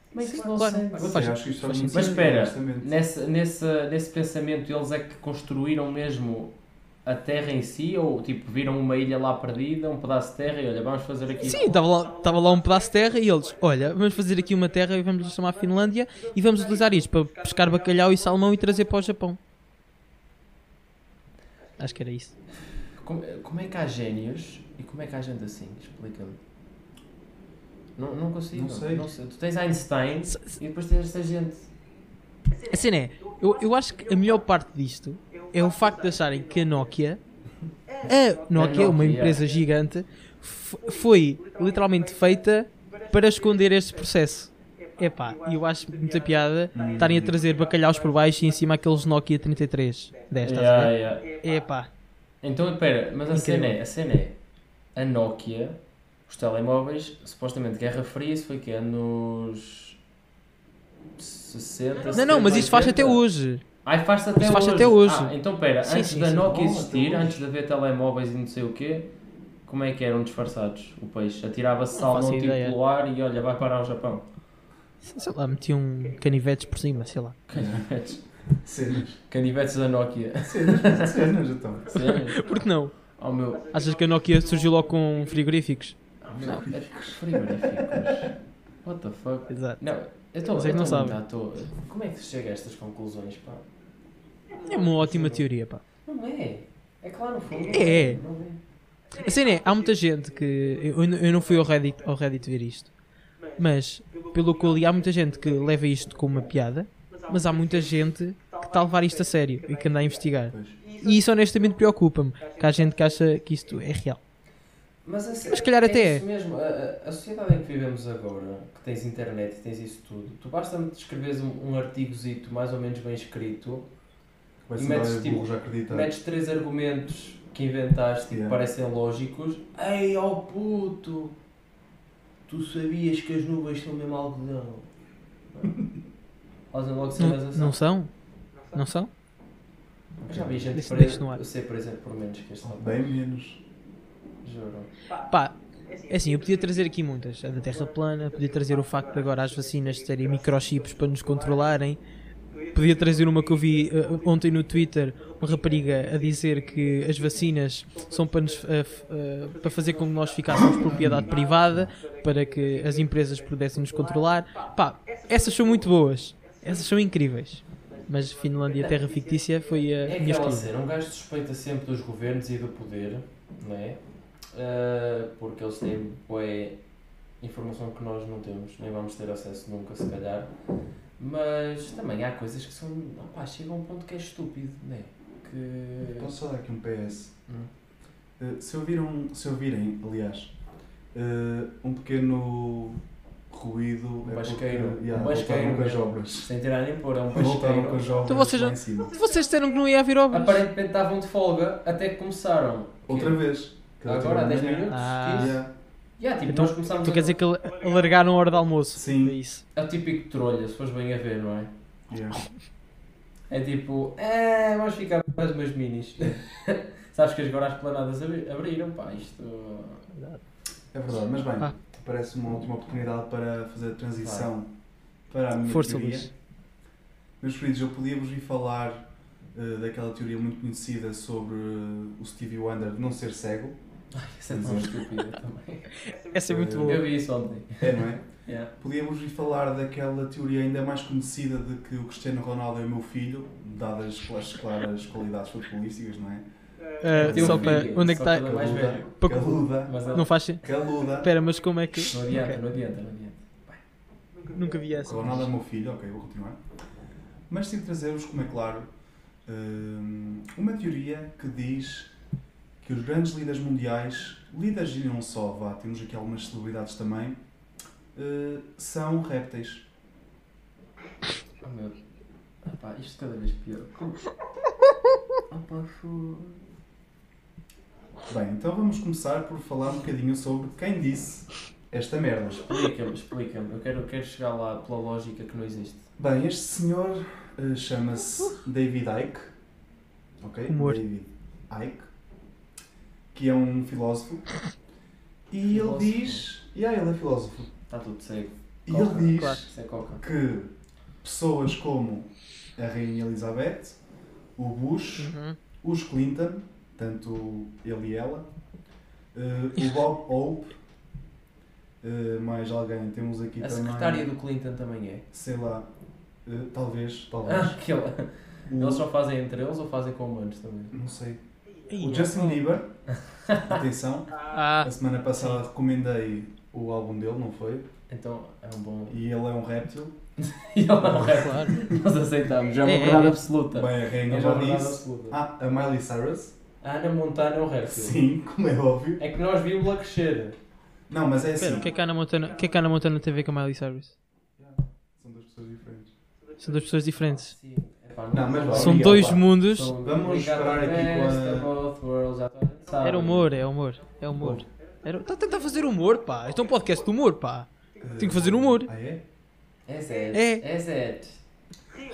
Speaker 1: Como é que
Speaker 2: Sim,
Speaker 1: isso não
Speaker 2: claro.
Speaker 1: sente?
Speaker 2: Faz-
Speaker 3: Sim, acho que isto faz
Speaker 2: faz
Speaker 3: muito
Speaker 1: Mas
Speaker 3: sentido,
Speaker 1: espera, né?
Speaker 3: honestamente.
Speaker 1: nesse, nesse, nesse pensamento eles é que construíram mesmo a terra em si? Ou tipo, viram uma ilha lá perdida, um pedaço de terra e olha, vamos fazer aqui.
Speaker 2: Sim, estava lá, estava lá um pedaço de terra e eles, olha, vamos fazer aqui uma terra e vamos lhe chamar Finlândia e vamos utilizar isto para pescar bacalhau e salmão e trazer para o Japão. Acho que era isso.
Speaker 1: Como, como é que há génios e como é que há gente assim? Explica-me. Não, não consigo.
Speaker 3: Não sei.
Speaker 1: Tu tens Einstein
Speaker 2: S-
Speaker 1: e depois tens esta gente.
Speaker 2: A cena é, eu, eu acho que a melhor parte disto é o facto de acharem que a Nokia, a Nokia, uma empresa gigante, f- foi literalmente feita para esconder este processo. Epá, eu acho muita piada estarem a trazer bacalhaus por baixo e em cima aqueles Nokia 33 10, estás a
Speaker 1: Yeah,
Speaker 2: ver?
Speaker 1: yeah.
Speaker 2: né? Epá,
Speaker 1: Então, espera, mas a
Speaker 2: Incrível.
Speaker 1: cena, é, a cena é a Nokia, os telemóveis, supostamente Guerra Fria, isso foi que anos 60,
Speaker 2: não, não, mas isto faz até
Speaker 1: 80.
Speaker 2: hoje.
Speaker 1: Ai, faz até
Speaker 2: Isso faz
Speaker 1: hoje.
Speaker 2: até hoje.
Speaker 1: Ah, então pera,
Speaker 2: Sim,
Speaker 1: antes
Speaker 2: sim, então.
Speaker 1: da
Speaker 2: sim.
Speaker 1: Nokia
Speaker 3: Oh,
Speaker 1: existir,
Speaker 3: até hoje.
Speaker 1: antes de haver telemóveis e não sei o quê, como é que eram disfarçados o peixe? Atirava-se
Speaker 2: Não faço
Speaker 1: salmão tipo
Speaker 2: ideia.
Speaker 1: pelo ar e olha, vai parar ao Japão.
Speaker 2: Sei lá, meti um canivetes por cima, sei lá.
Speaker 1: Canivetes.
Speaker 3: Cenas.
Speaker 1: Canivetes da Nokia.
Speaker 3: Cenas, cenas, então.
Speaker 1: Sério?
Speaker 2: Porque não?
Speaker 1: Oh meu.
Speaker 2: Achas que a Nokia surgiu logo com frigoríficos?
Speaker 1: Ah, Não, é frigoríficos. What the fuck?
Speaker 2: Exato.
Speaker 1: Não, eu estou
Speaker 2: Mas é que não sabem.
Speaker 1: à toa. Como é que se chega a estas conclusões, pá?
Speaker 2: É uma ótima teoria, pá.
Speaker 1: Não é. É claro, no fundo.
Speaker 2: É.
Speaker 1: Não é.
Speaker 2: A cena é, há muita gente que. Eu, eu não fui ao Reddit, ao Reddit ver isto. Mas, pelo que eu li, há muita gente que leva isto como uma piada. Mas há muita gente que está a levar isto a sério e que anda a investigar.
Speaker 3: Pois.
Speaker 2: E isso honestamente preocupa-me. Que há gente que acha que isto é real.
Speaker 1: Mas, assim,
Speaker 2: Mas se calhar até é.
Speaker 1: isso mesmo. A, a- a sociedade em que vivemos agora, que tens internet e tens isso tudo, tu basta-me escreveres um, um artigozito mais ou menos bem escrito,
Speaker 3: Vai
Speaker 1: E
Speaker 3: ser
Speaker 1: metes,
Speaker 3: mais
Speaker 1: tipo,
Speaker 3: burro já acreditar.
Speaker 1: metes três argumentos que inventaste que
Speaker 3: Então. Yeah.
Speaker 1: parecem lógicos. Ei, ó puto! Tu sabias que as nuvens são mesmo algodão? Fazem logo
Speaker 2: Não,
Speaker 1: cenas assim.
Speaker 2: não são? Não são?
Speaker 1: Eu já vi gente
Speaker 2: Deixa-
Speaker 1: presa,
Speaker 2: deixa no ar.
Speaker 1: eu sei, por exemplo, por menos que este
Speaker 3: Oh,
Speaker 1: rapaz.
Speaker 3: Bem menos.
Speaker 1: Juro.
Speaker 2: Pá, É assim, eu podia trazer aqui muitas. A da Terra plana, podia trazer o facto de agora as vacinas terem microchips para nos controlarem. Podia trazer uma que eu vi eh, ontem no Twitter, uma rapariga a dizer que as vacinas são para, nos, eh, f- eh, para fazer com que nós ficássemos propriedade privada, para que as empresas pudessem nos controlar. Pá, essas são muito boas. Essas são incríveis. Mas Finlândia, terra fictícia, foi a
Speaker 1: É
Speaker 2: minha
Speaker 1: aquela
Speaker 2: escolha.
Speaker 1: cena, um gajo suspeita sempre dos governos e do poder, não é? Ah, porque eles têm bué informação que nós não temos, nem vamos ter acesso nunca, se calhar. Mas também há coisas que são. Opá, chega a um ponto que é estúpido, não é? Que.
Speaker 3: Posso só dar aqui um PS?
Speaker 1: Hum.
Speaker 3: Eh, se, ouviram, se ouvirem, aliás, eh, um pequeno ruído.
Speaker 1: Um
Speaker 3: é
Speaker 1: basqueiro.
Speaker 3: porque, yeah,
Speaker 1: Um basqueiro,
Speaker 3: Voltaram com as
Speaker 1: mesmo.
Speaker 3: obras.
Speaker 1: Sem tirar nem pôr, é um
Speaker 3: Voltaram com
Speaker 1: pasqueiro.
Speaker 3: as obras
Speaker 2: Então vocês
Speaker 3: lá
Speaker 2: já-
Speaker 3: em cima.
Speaker 2: Vocês disseram que não ia haver obras.
Speaker 1: Aparentemente estavam de folga até que começaram.
Speaker 3: Outra vez. que eu tive
Speaker 1: Agora, há 10
Speaker 3: amanhã.
Speaker 1: minutos?
Speaker 2: Ah.
Speaker 1: 15?
Speaker 3: Yeah.
Speaker 1: Yeah, tipo,
Speaker 2: Então,
Speaker 1: nós começámos
Speaker 2: Tu
Speaker 1: a-
Speaker 2: quer dizer que al- alargaram a hora de almoço?
Speaker 3: Sim.
Speaker 2: É isso.
Speaker 1: É o típico trolha, se fores bem a ver, não é?
Speaker 3: Yeah.
Speaker 1: É tipo, é, vamos ficar mais umas minis. Sabes que agora as planadas abriram, pá, isto.
Speaker 3: É verdade, mas bem,
Speaker 2: Ah.
Speaker 3: parece uma última oportunidade para fazer a transição para a minha
Speaker 2: Força,
Speaker 3: teoria.
Speaker 2: Luís.
Speaker 3: Meus queridos, eu podia-vos vir falar eh, daquela teoria muito conhecida sobre eh, o Stevie Wonder não ser cego,
Speaker 1: Ai, isso é tão estúpido também.
Speaker 2: Essa é muito boa.
Speaker 1: Eu vi isso ontem.
Speaker 3: é, não é?
Speaker 1: Yeah.
Speaker 3: Podíamos vir falar daquela teoria ainda mais conhecida de que o Cristiano Ronaldo é o meu filho, dadas as claras qualidades futebolísticas, não é?
Speaker 2: Ah,
Speaker 1: Tem um
Speaker 2: só para.
Speaker 1: vídeo,
Speaker 2: Onde é que
Speaker 1: só
Speaker 2: está?
Speaker 1: para dar mais
Speaker 3: Caluda,
Speaker 1: velho.
Speaker 3: Caluda,
Speaker 1: Mas ela-
Speaker 2: Não faz sentido.
Speaker 3: caluda.
Speaker 2: Espera, mas como é que.
Speaker 1: não adianta, não adianta, não adianta.
Speaker 2: Nunca vi essa.
Speaker 3: Ronaldo é meu filho, ok, vou continuar. Mas tive de trazer-vos, como é claro, hum, uma teoria que diz que os grandes líderes mundiais, líderes e não só, vá, temos aqui algumas celebridades também, eh, são répteis.
Speaker 1: Oh meu. Ah, pá, isto cada vez pior. Como- Ah, pá, fogo.
Speaker 3: Bem, então vamos começar por falar um bocadinho sobre quem disse esta merda.
Speaker 1: Explica-me, explica-me. Eu quero, eu quero chegar lá pela lógica que não existe.
Speaker 3: Bem, este senhor eh, chama-se David Icke. Ok?
Speaker 2: Humor.
Speaker 3: David Icke. Que é um filósofo. E ele
Speaker 1: Filósofo.
Speaker 3: diz. Yeah, ele é filósofo.
Speaker 1: Está tudo cego.
Speaker 3: E
Speaker 1: Coca,
Speaker 3: ele diz
Speaker 2: claro.
Speaker 1: Isso é coca.
Speaker 3: que pessoas como a Rainha Elizabeth, o Bush,
Speaker 2: Uhum.
Speaker 3: os Clinton, tanto ele e ela, eh, o Bob Hope, eh, mais alguém, temos aqui
Speaker 1: A
Speaker 3: também.
Speaker 1: secretária do Clinton também é.
Speaker 3: Sei lá. eh, talvez, talvez.
Speaker 1: Ah, aquela.
Speaker 3: O-
Speaker 1: Eles só fazem entre eles ou fazem com humanos também?
Speaker 3: Não sei.
Speaker 2: Ih,
Speaker 3: O Justin Bieber, atenção,
Speaker 2: Ah,
Speaker 3: a semana passada recomendei o álbum dele, não foi?
Speaker 1: Então é um bom.
Speaker 3: E ele é um réptil.
Speaker 1: E ela não é.
Speaker 2: claro.
Speaker 1: Nós aceitamos, já é uma
Speaker 2: É,
Speaker 1: verdade
Speaker 2: é.
Speaker 1: absoluta.
Speaker 3: Bem, a
Speaker 1: É
Speaker 3: rainha
Speaker 1: uma
Speaker 3: já
Speaker 1: verdade
Speaker 3: disse.
Speaker 1: absoluta.
Speaker 3: Ah, a Miley Cyrus.
Speaker 1: A Ana Montana é um réptil.
Speaker 3: Sim, como é óbvio.
Speaker 1: É que nós vimos-la crescer.
Speaker 3: Não, mas é
Speaker 2: Espera,
Speaker 3: assim.
Speaker 2: o que é que a Ana Montana, o que é que a Ana Montana tem a ver com a Miley Cyrus?
Speaker 3: São duas pessoas diferentes.
Speaker 2: São duas pessoas diferentes.
Speaker 1: Sim. Epá,
Speaker 3: Não, mas vá,
Speaker 2: São
Speaker 3: Obrigado,
Speaker 2: dois
Speaker 3: pá.
Speaker 2: mundos.
Speaker 1: São-
Speaker 3: Vamos
Speaker 1: Obrigado,
Speaker 3: parar aqui com a-
Speaker 1: best of both worlds, já toda a gente sabe.
Speaker 2: Era humor, é humor, é humor. Era... Está a tentar fazer humor, pá. Isto é um podcast de humor, pá. Tenho que fazer um humor.
Speaker 3: Ah, é?
Speaker 1: É Zed.
Speaker 2: É.
Speaker 1: É Zed.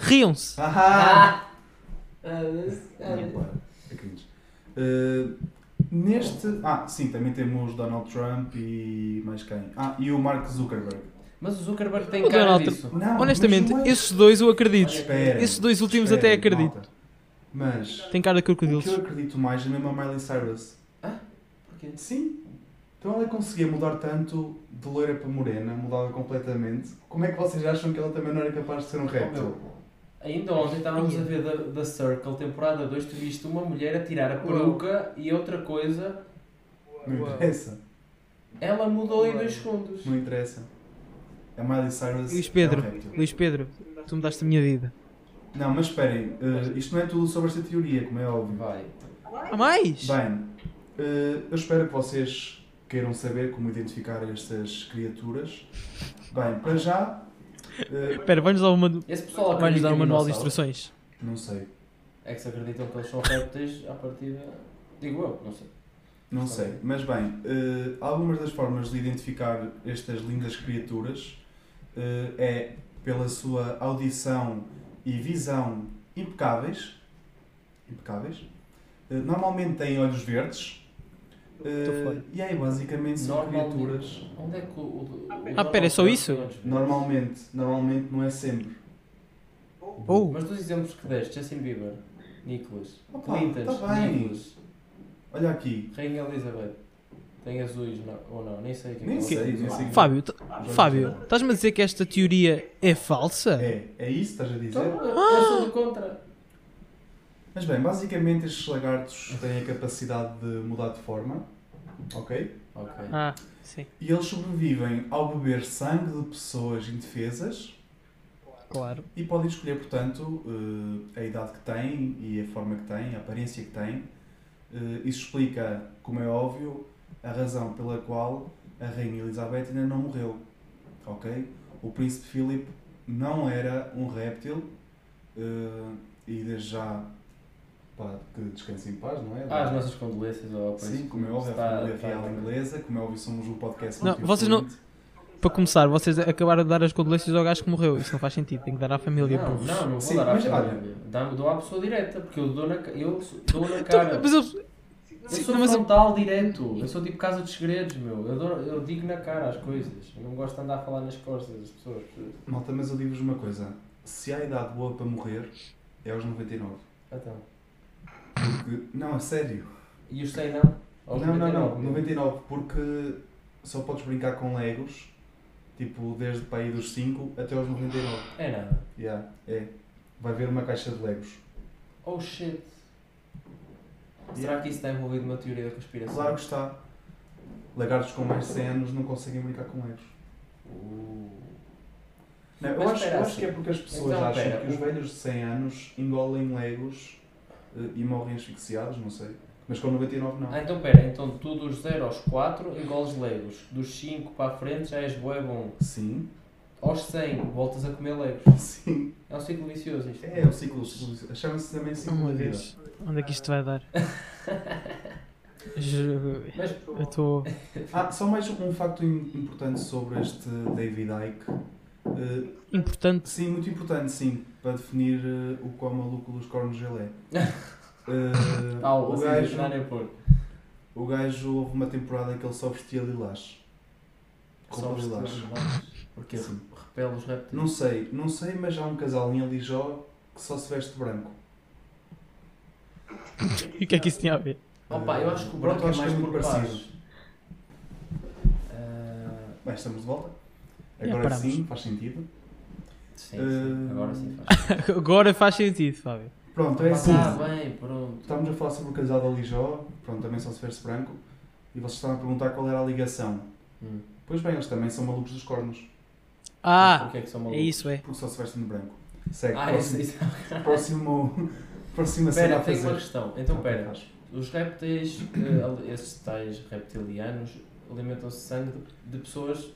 Speaker 2: Riam-se.
Speaker 3: Ah!
Speaker 1: Ah! Ah, this- ah,
Speaker 3: Não,
Speaker 1: this-
Speaker 3: claro. É cringe. Eh, neste. Ah, sim, também temos Donald Trump e mais quem? Ah, e o Mark Zuckerberg.
Speaker 1: Mas o Zuckerberg tem
Speaker 2: O
Speaker 1: cara
Speaker 2: Donald
Speaker 1: disso.
Speaker 3: Não, mas
Speaker 2: Honestamente,
Speaker 3: não é-
Speaker 2: esses dois eu acredito.
Speaker 3: Espera,
Speaker 2: Esses dois últimos
Speaker 3: espera,
Speaker 2: até acredito.
Speaker 3: malta. Mas
Speaker 2: Tem cara de
Speaker 3: O que eu
Speaker 2: crocodilos.
Speaker 3: acredito mais é mesmo a Miley Cyrus.
Speaker 1: Porquê?
Speaker 3: Sim. Então ela conseguia mudar tanto de loira para morena, mudava completamente. Como é que vocês acham que ela também não era capaz de ser um
Speaker 1: Oh,
Speaker 3: réptil?
Speaker 1: meu. Ainda ontem estávamos a ver da, da Circle, temporada 2, tu viste uma mulher a tirar a peruca e outra coisa.
Speaker 3: Não interessa.
Speaker 1: Ela mudou em 2 segundos.
Speaker 3: Não interessa. A Miley Cyrus
Speaker 2: Luís
Speaker 3: é
Speaker 2: Pedro,
Speaker 3: um réptil.
Speaker 2: Luís Pedro, tu mudaste a minha vida.
Speaker 3: Não, mas esperem. eh, isto não é tudo sobre esta teoria, como é óbvio.
Speaker 1: Vai.
Speaker 2: Há mais?
Speaker 3: Bem, eh, eu espero que vocês queiram saber como identificar estas criaturas. Bem, para já... eh,
Speaker 2: Espera, vai-nos dar, uma...
Speaker 1: Esse pessoal
Speaker 2: vai -nos
Speaker 1: acredita
Speaker 2: dar um
Speaker 1: em
Speaker 2: manual de
Speaker 1: dinossauros?
Speaker 2: instruções.
Speaker 3: não sei.
Speaker 1: É que se acreditam que eles são répteis, à partida. Digo eu, não sei.
Speaker 3: Não sei, mas bem, eh, algumas das formas de identificar estas lindas criaturas eh, é pela sua audição e visão impecáveis. Impecáveis. Eh, normalmente têm olhos verdes,
Speaker 2: Estou fora.
Speaker 3: e aí, basicamente, são
Speaker 1: Normalmente.
Speaker 3: criaturas.
Speaker 1: Onde é que o. o- o-
Speaker 2: Ah, pera, é só isso?
Speaker 3: Normalmente, normalmente não é sempre.
Speaker 2: Oh,
Speaker 1: Mas dos exemplos que deste, Justin Bieber, Nicholas,
Speaker 3: Opa,
Speaker 1: Clinton,
Speaker 3: tá bem.
Speaker 1: Nicholas,
Speaker 3: Olha aqui.
Speaker 1: Rainha Elizabeth, tem azuis não- ou não, nem sei quem
Speaker 3: Nem
Speaker 1: é.
Speaker 3: sei, nem sei.
Speaker 2: Fábio, t-
Speaker 1: Ah,
Speaker 2: Fábio, estás-me a dizer que esta teoria é falsa?
Speaker 3: É, é isso que estás a dizer?
Speaker 1: Então, eu sou do contra.
Speaker 3: Mas bem, basicamente estes lagartos têm a capacidade de mudar de forma, ok?
Speaker 1: Ok.
Speaker 2: Ah, sim,
Speaker 3: E eles sobrevivem ao beber sangue de pessoas indefesas
Speaker 2: claro.
Speaker 3: e podem escolher, portanto, eh, a idade que têm e a forma que têm, a aparência que têm. Eh, Isso explica, como é óbvio, a razão pela qual a Rainha Elizabeth ainda não morreu, ok? O Príncipe Philip não era um réptil eh, e desde já, pá, que descanse em paz, não é?
Speaker 1: Ah, as nossas condolências ao ao
Speaker 3: Sim,
Speaker 1: príncipe.
Speaker 3: como é óbvio, a
Speaker 1: Está- tá
Speaker 3: família
Speaker 1: está-
Speaker 3: real inglesa, como é óbvio, somos um podcast
Speaker 2: Não, vocês não-
Speaker 3: multiculturalmente.
Speaker 2: Para começar, vocês acabaram de dar as condolências ao gajo que morreu. Isso não faz sentido, tem que dar à família.
Speaker 1: Não,
Speaker 2: burros.
Speaker 1: não, não vou
Speaker 3: Sim,
Speaker 1: dar à
Speaker 3: mas olha-
Speaker 1: família. Dá- Dou à pessoa direta, porque eu dou na, ca- eu sou- dou na
Speaker 2: Então,
Speaker 1: cara.
Speaker 2: mas eu-
Speaker 1: Eu
Speaker 2: Sim,
Speaker 1: sou
Speaker 2: não, mas eu-
Speaker 1: frontal direto. Eu sou tipo casa dos segredos, meu. Eu, dou- eu digo na cara as coisas. Eu não gosto de andar a falar nas costas das pessoas.
Speaker 3: Malta, mas eu digo-vos uma coisa. Se há idade boa para morrer, é aos 99.
Speaker 1: Então.
Speaker 3: Porque, não, a sério.
Speaker 1: E os 100 não? Aos
Speaker 3: não, não,
Speaker 1: 99.
Speaker 3: não, 99, porque só podes brincar com Legos, tipo, desde para aí dos 5 até aos 99.
Speaker 1: É nada.
Speaker 3: Yeah, é. Vai ver uma caixa de Legos.
Speaker 1: Oh shit. Será
Speaker 3: Yeah.
Speaker 1: que isso está envolvido numa teoria da conspiração?
Speaker 3: Claro que está. Lagartos com mais de 100 anos não conseguem brincar com Legos.
Speaker 1: Uh.
Speaker 3: Não, eu
Speaker 1: Mas
Speaker 3: acho,
Speaker 1: espera,
Speaker 3: eu acho que é
Speaker 1: assim,
Speaker 3: porque as pessoas
Speaker 1: então,
Speaker 3: acham
Speaker 1: espera,
Speaker 3: que os
Speaker 1: o-
Speaker 3: velhos de 100 anos engolem Legos eh, e morrem asfixiados, não sei. Mas com 99 não.
Speaker 1: Ah, então pera, então tu dos 0 aos 4 engoles legos, dos 5 para a frente já és bué bom,
Speaker 3: Sim,
Speaker 1: aos 100 voltas a comer legos.
Speaker 3: sim.
Speaker 1: É um ciclo vicioso isto.
Speaker 3: É o ciclo. ciclo- Chama-se também
Speaker 2: Oh,
Speaker 3: ciclo
Speaker 2: meu
Speaker 3: da vida.
Speaker 2: Deus, onde é que isto vai dar? Je-
Speaker 1: Mas
Speaker 2: Eu estou.
Speaker 3: Ah, só mais um facto im- importante sobre este David Icke. Eh,
Speaker 2: Importante.
Speaker 3: sim, muito importante, sim, para definir eh, o quão maluco dos cornos ele é. Eh,
Speaker 1: ah,
Speaker 3: o,
Speaker 1: o
Speaker 3: gajo,
Speaker 1: não é por.
Speaker 3: o gajo, houve uma temporada em que ele só vestia lilás.
Speaker 1: Só
Speaker 3: Roupa
Speaker 1: os
Speaker 3: lilás.
Speaker 1: teus Porque
Speaker 3: Sim.
Speaker 1: repele os répteis.
Speaker 3: Não sei, não sei, mas há um casal em Alijó que só se veste de branco.
Speaker 2: E o que é que isso tinha a ver?
Speaker 1: Opa, eu acho que o
Speaker 3: Pronto,
Speaker 1: branco é
Speaker 3: acho que
Speaker 1: mais
Speaker 3: é muito
Speaker 1: por paz.
Speaker 3: parecido.
Speaker 1: Ah,
Speaker 3: Bem, estamos de volta.
Speaker 2: Já
Speaker 3: Agora
Speaker 2: paramos.
Speaker 3: sim, faz sentido.
Speaker 1: sim, sim,
Speaker 3: Ah.
Speaker 1: agora sim faz.
Speaker 2: Agora faz sentido, Fábio.
Speaker 3: Pronto, é assim.
Speaker 1: Ah, bem, pronto.
Speaker 3: Estávamos a falar sobre o casal da Lijó, pronto, também só se veste branco, e vocês estavam a perguntar qual era a ligação.
Speaker 1: Hum.
Speaker 3: Pois bem, eles também são malucos dos cornos,
Speaker 2: Ah,
Speaker 1: Porque é que são
Speaker 2: é
Speaker 1: malucos?
Speaker 2: isso, é.
Speaker 3: porque só se vestem de branco. Segue,
Speaker 1: Ah, isso,
Speaker 3: próximo,
Speaker 1: isso.
Speaker 3: próximo, próxima cena
Speaker 1: Pera,
Speaker 3: a
Speaker 1: tenho uma
Speaker 3: fazer.
Speaker 1: questão. Então, pera.
Speaker 3: Faz.
Speaker 1: Os répteis, eh, ali- esses tais reptilianos, alimentam-se de sangue de, de pessoas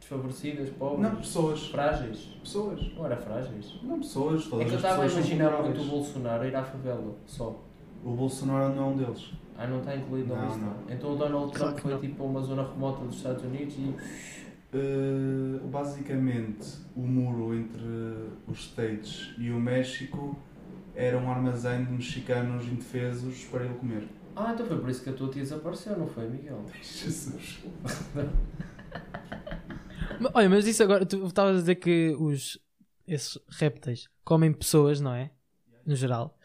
Speaker 1: desfavorecidas, pobres,
Speaker 3: Não, pessoas.
Speaker 1: frágeis.
Speaker 3: Pessoas.
Speaker 1: Não era frágeis.
Speaker 3: Não, pessoas.
Speaker 1: É
Speaker 3: Todas
Speaker 1: que eu
Speaker 3: as
Speaker 1: estava a
Speaker 3: pessoas são
Speaker 1: imaginar muito o
Speaker 3: vulneráveis.
Speaker 1: Bolsonaro ir à favela, só.
Speaker 3: O Bolsonaro não é um deles.
Speaker 1: Ah, não está incluído na
Speaker 3: Não,
Speaker 1: lista.
Speaker 3: não.
Speaker 1: Então o Donald Trump
Speaker 2: Claro que
Speaker 1: foi
Speaker 2: não.
Speaker 1: tipo a uma zona remota dos Estados Unidos e.
Speaker 3: Uh, basicamente, o muro entre os States e o México era um armazém de mexicanos indefesos para ele comer.
Speaker 1: Ah, então foi por isso que a tua tia desapareceu, não foi, Miguel?
Speaker 3: Jesus.
Speaker 2: Mas, Olha, mas isso agora, tu estavas a dizer que os, esses répteis comem pessoas, não é? No geral.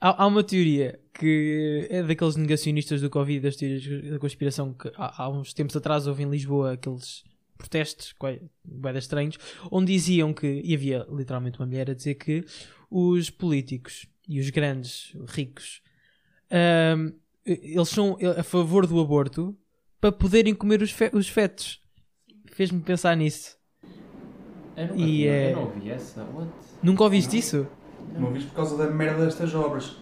Speaker 2: Há, há uma teoria que é daqueles negacionistas do Covid, das teorias da conspiração, que há, há uns tempos atrás houve em Lisboa aqueles protestos, guarda estranhos, onde diziam que, e havia literalmente uma mulher a dizer que os políticos e os grandes ricos, ahm, eles são a favor do aborto para poderem comer os, fe- os fetos fez-me pensar nisso.
Speaker 1: Eu não,
Speaker 2: E, eh,
Speaker 1: eu não ouvi essa. What?
Speaker 2: Nunca ouviste isso?
Speaker 3: Não ouviste por causa da merda destas obras.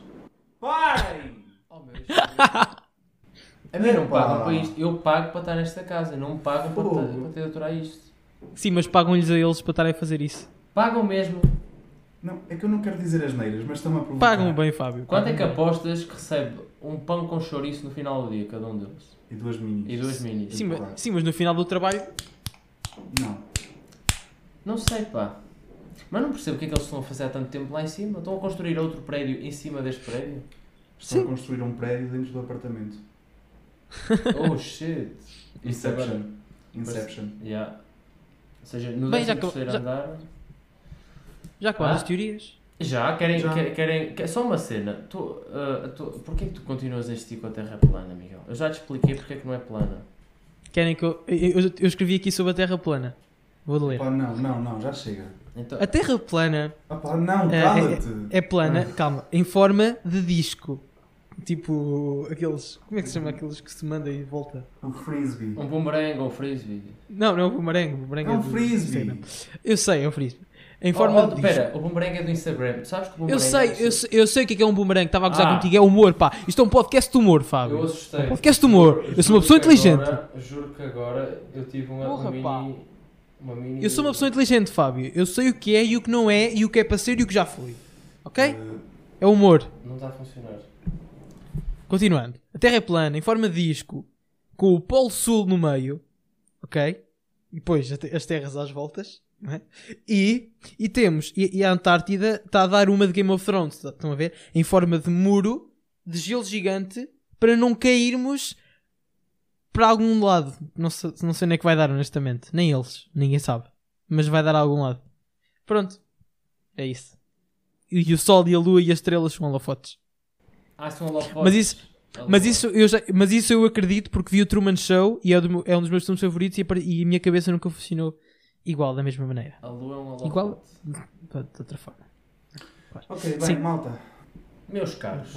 Speaker 3: Parem!
Speaker 1: Oh, meu Deus. A mim não pagam para isto. Eu pago para estar nesta casa, não pagam para,
Speaker 3: Fogo.
Speaker 1: ter- para ter de aturar isto.
Speaker 2: Sim, mas pagam-lhes a eles para estarem a fazer isso.
Speaker 1: Pagam mesmo.
Speaker 3: Não, é que eu não quero dizer as neiras, mas estão a provocar.
Speaker 2: Pagam bem, Fábio.
Speaker 1: Quanto é que
Speaker 2: Pagam bem.
Speaker 1: apostas que recebe um pão com chouriço no final do dia, cada um deles?
Speaker 3: E duas minis.
Speaker 1: E duas minis?
Speaker 2: Sim, mas, sim, mas no final do trabalho.
Speaker 3: Não.
Speaker 1: Não sei, pá. Mas não percebo o que é que eles estão a fazer há tanto tempo lá em cima. Estão a construir outro prédio em cima deste prédio?
Speaker 3: Estão
Speaker 2: Sim.
Speaker 3: a construir um prédio dentro do apartamento.
Speaker 1: Oh shit! Isso é agora.
Speaker 3: Inception. Inception.
Speaker 1: Yeah. Ou seja, no
Speaker 2: Bem, já
Speaker 1: 13 terceiro
Speaker 2: acabou-
Speaker 1: andar.
Speaker 2: Já acabaram
Speaker 1: Ah?
Speaker 2: as teorias.
Speaker 1: Já, querem.
Speaker 3: Já.
Speaker 1: que- querem que- só uma cena. Tu, ah, tu- porquê que tu continuas a insistir com a Terra plana, Miguel? Eu já te expliquei porque é que não é plana.
Speaker 2: Querem que eu... Eu, eu- eu escrevi aqui sobre a Terra plana. Vou ler.
Speaker 3: Pá, não, não, não, já chega.
Speaker 1: Então,
Speaker 2: A Terra plana
Speaker 3: Ah, pá, não,
Speaker 2: É,
Speaker 3: cala-te.
Speaker 2: é plana,
Speaker 1: Ah.
Speaker 2: calma, em forma de disco. Tipo aqueles. Como é que se chama aqueles que se manda e volta?
Speaker 3: O frisbee.
Speaker 1: um boomerang ou um frisbee.
Speaker 2: Não, não é o bumerangue. O bumerangue
Speaker 3: É um
Speaker 2: do- sei, não.
Speaker 3: frisbee.
Speaker 2: Eu sei, é um frisbee. Em forma
Speaker 1: Oh, oh,
Speaker 2: de disco.
Speaker 1: Pera, o boomerang é do Instagram. Tu sabes que o
Speaker 2: Eu
Speaker 1: boomerang
Speaker 2: sei,
Speaker 1: é do
Speaker 2: eu sei, eu sei o que é que é um bumerangue. Estava a gozar
Speaker 1: Ah.
Speaker 2: contigo. É humor, pá. Isto é um podcast de humor,
Speaker 1: Eu
Speaker 2: Fábio.
Speaker 1: assustei.
Speaker 2: Podcast de humor. Eu sou uma pessoa
Speaker 1: Juro que
Speaker 2: inteligente.
Speaker 1: agora- juro que agora eu tive uma,
Speaker 2: Porra,
Speaker 1: uma
Speaker 2: pá.
Speaker 1: mini. Uma mini.
Speaker 2: Eu sou uma pessoa inteligente, Fábio. Eu sei o que é e o que não é e o que é para ser e o que já foi. Ok?
Speaker 3: Uh,
Speaker 2: É humor.
Speaker 1: Não está a funcionar.
Speaker 2: Continuando. A Terra é plana, em forma de disco, com o Polo Sul no meio. Ok? E depois a te- as terras às voltas. não é? E, e temos. E, e a Antártida está a dar uma de Game of Thrones. tá- Estão a ver? Em forma de muro de gelo gigante para não cairmos para algum lado. Não sei, não sei onde é que vai dar, honestamente. Nem eles. Ninguém sabe. Mas vai dar a algum lado. Pronto. É isso. E, e o Sol e a Lua e as estrelas são holofotes.
Speaker 1: Ah, são holofotes.
Speaker 2: Mas isso- Mas isso, eu já- mas isso eu acredito porque vi o Truman Show e é, do meu- é um dos meus filmes favoritos e, a par- e a minha cabeça nunca funcionou igual, da mesma maneira.
Speaker 1: A lua é um holofote.
Speaker 2: Igual? De de outra forma.
Speaker 3: ok, bem,
Speaker 2: Sim.
Speaker 3: malta.
Speaker 1: Meus caros,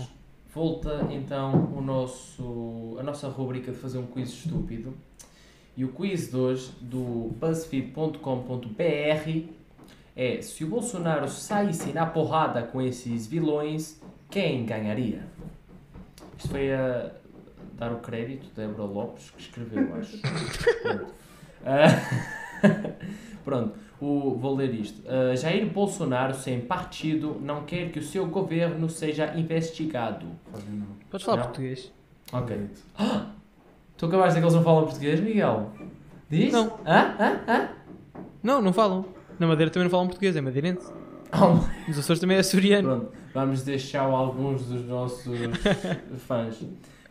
Speaker 1: volta então o nosso, a nossa rubrica de fazer um quiz estúpido. E o quiz de hoje do BuzzFeed.com.br é se o Bolsonaro saísse na porrada com esses vilões, quem ganharia? Isto foi a dar o crédito da Débora Lopes, que escreveu, acho. Pronto. Ah, Pronto, o- vou ler isto. Ah, Jair Bolsonaro, sem partido, não quer que o seu governo seja investigado.
Speaker 3: Fábio, não.
Speaker 2: Podes falar
Speaker 1: Não.
Speaker 2: português?
Speaker 1: Ok.
Speaker 3: Direito.
Speaker 1: Tu acabaste de dizer que eles não falam português, Miguel? Diz?
Speaker 2: Não.
Speaker 1: Hã? Hã? Hã?
Speaker 2: Não, não falam. Na Madeira também não falam português, é madeirense.
Speaker 1: Oh,
Speaker 2: Nos Açores também é açoriano.
Speaker 1: Pronto, vamos deixar alguns dos nossos fãs.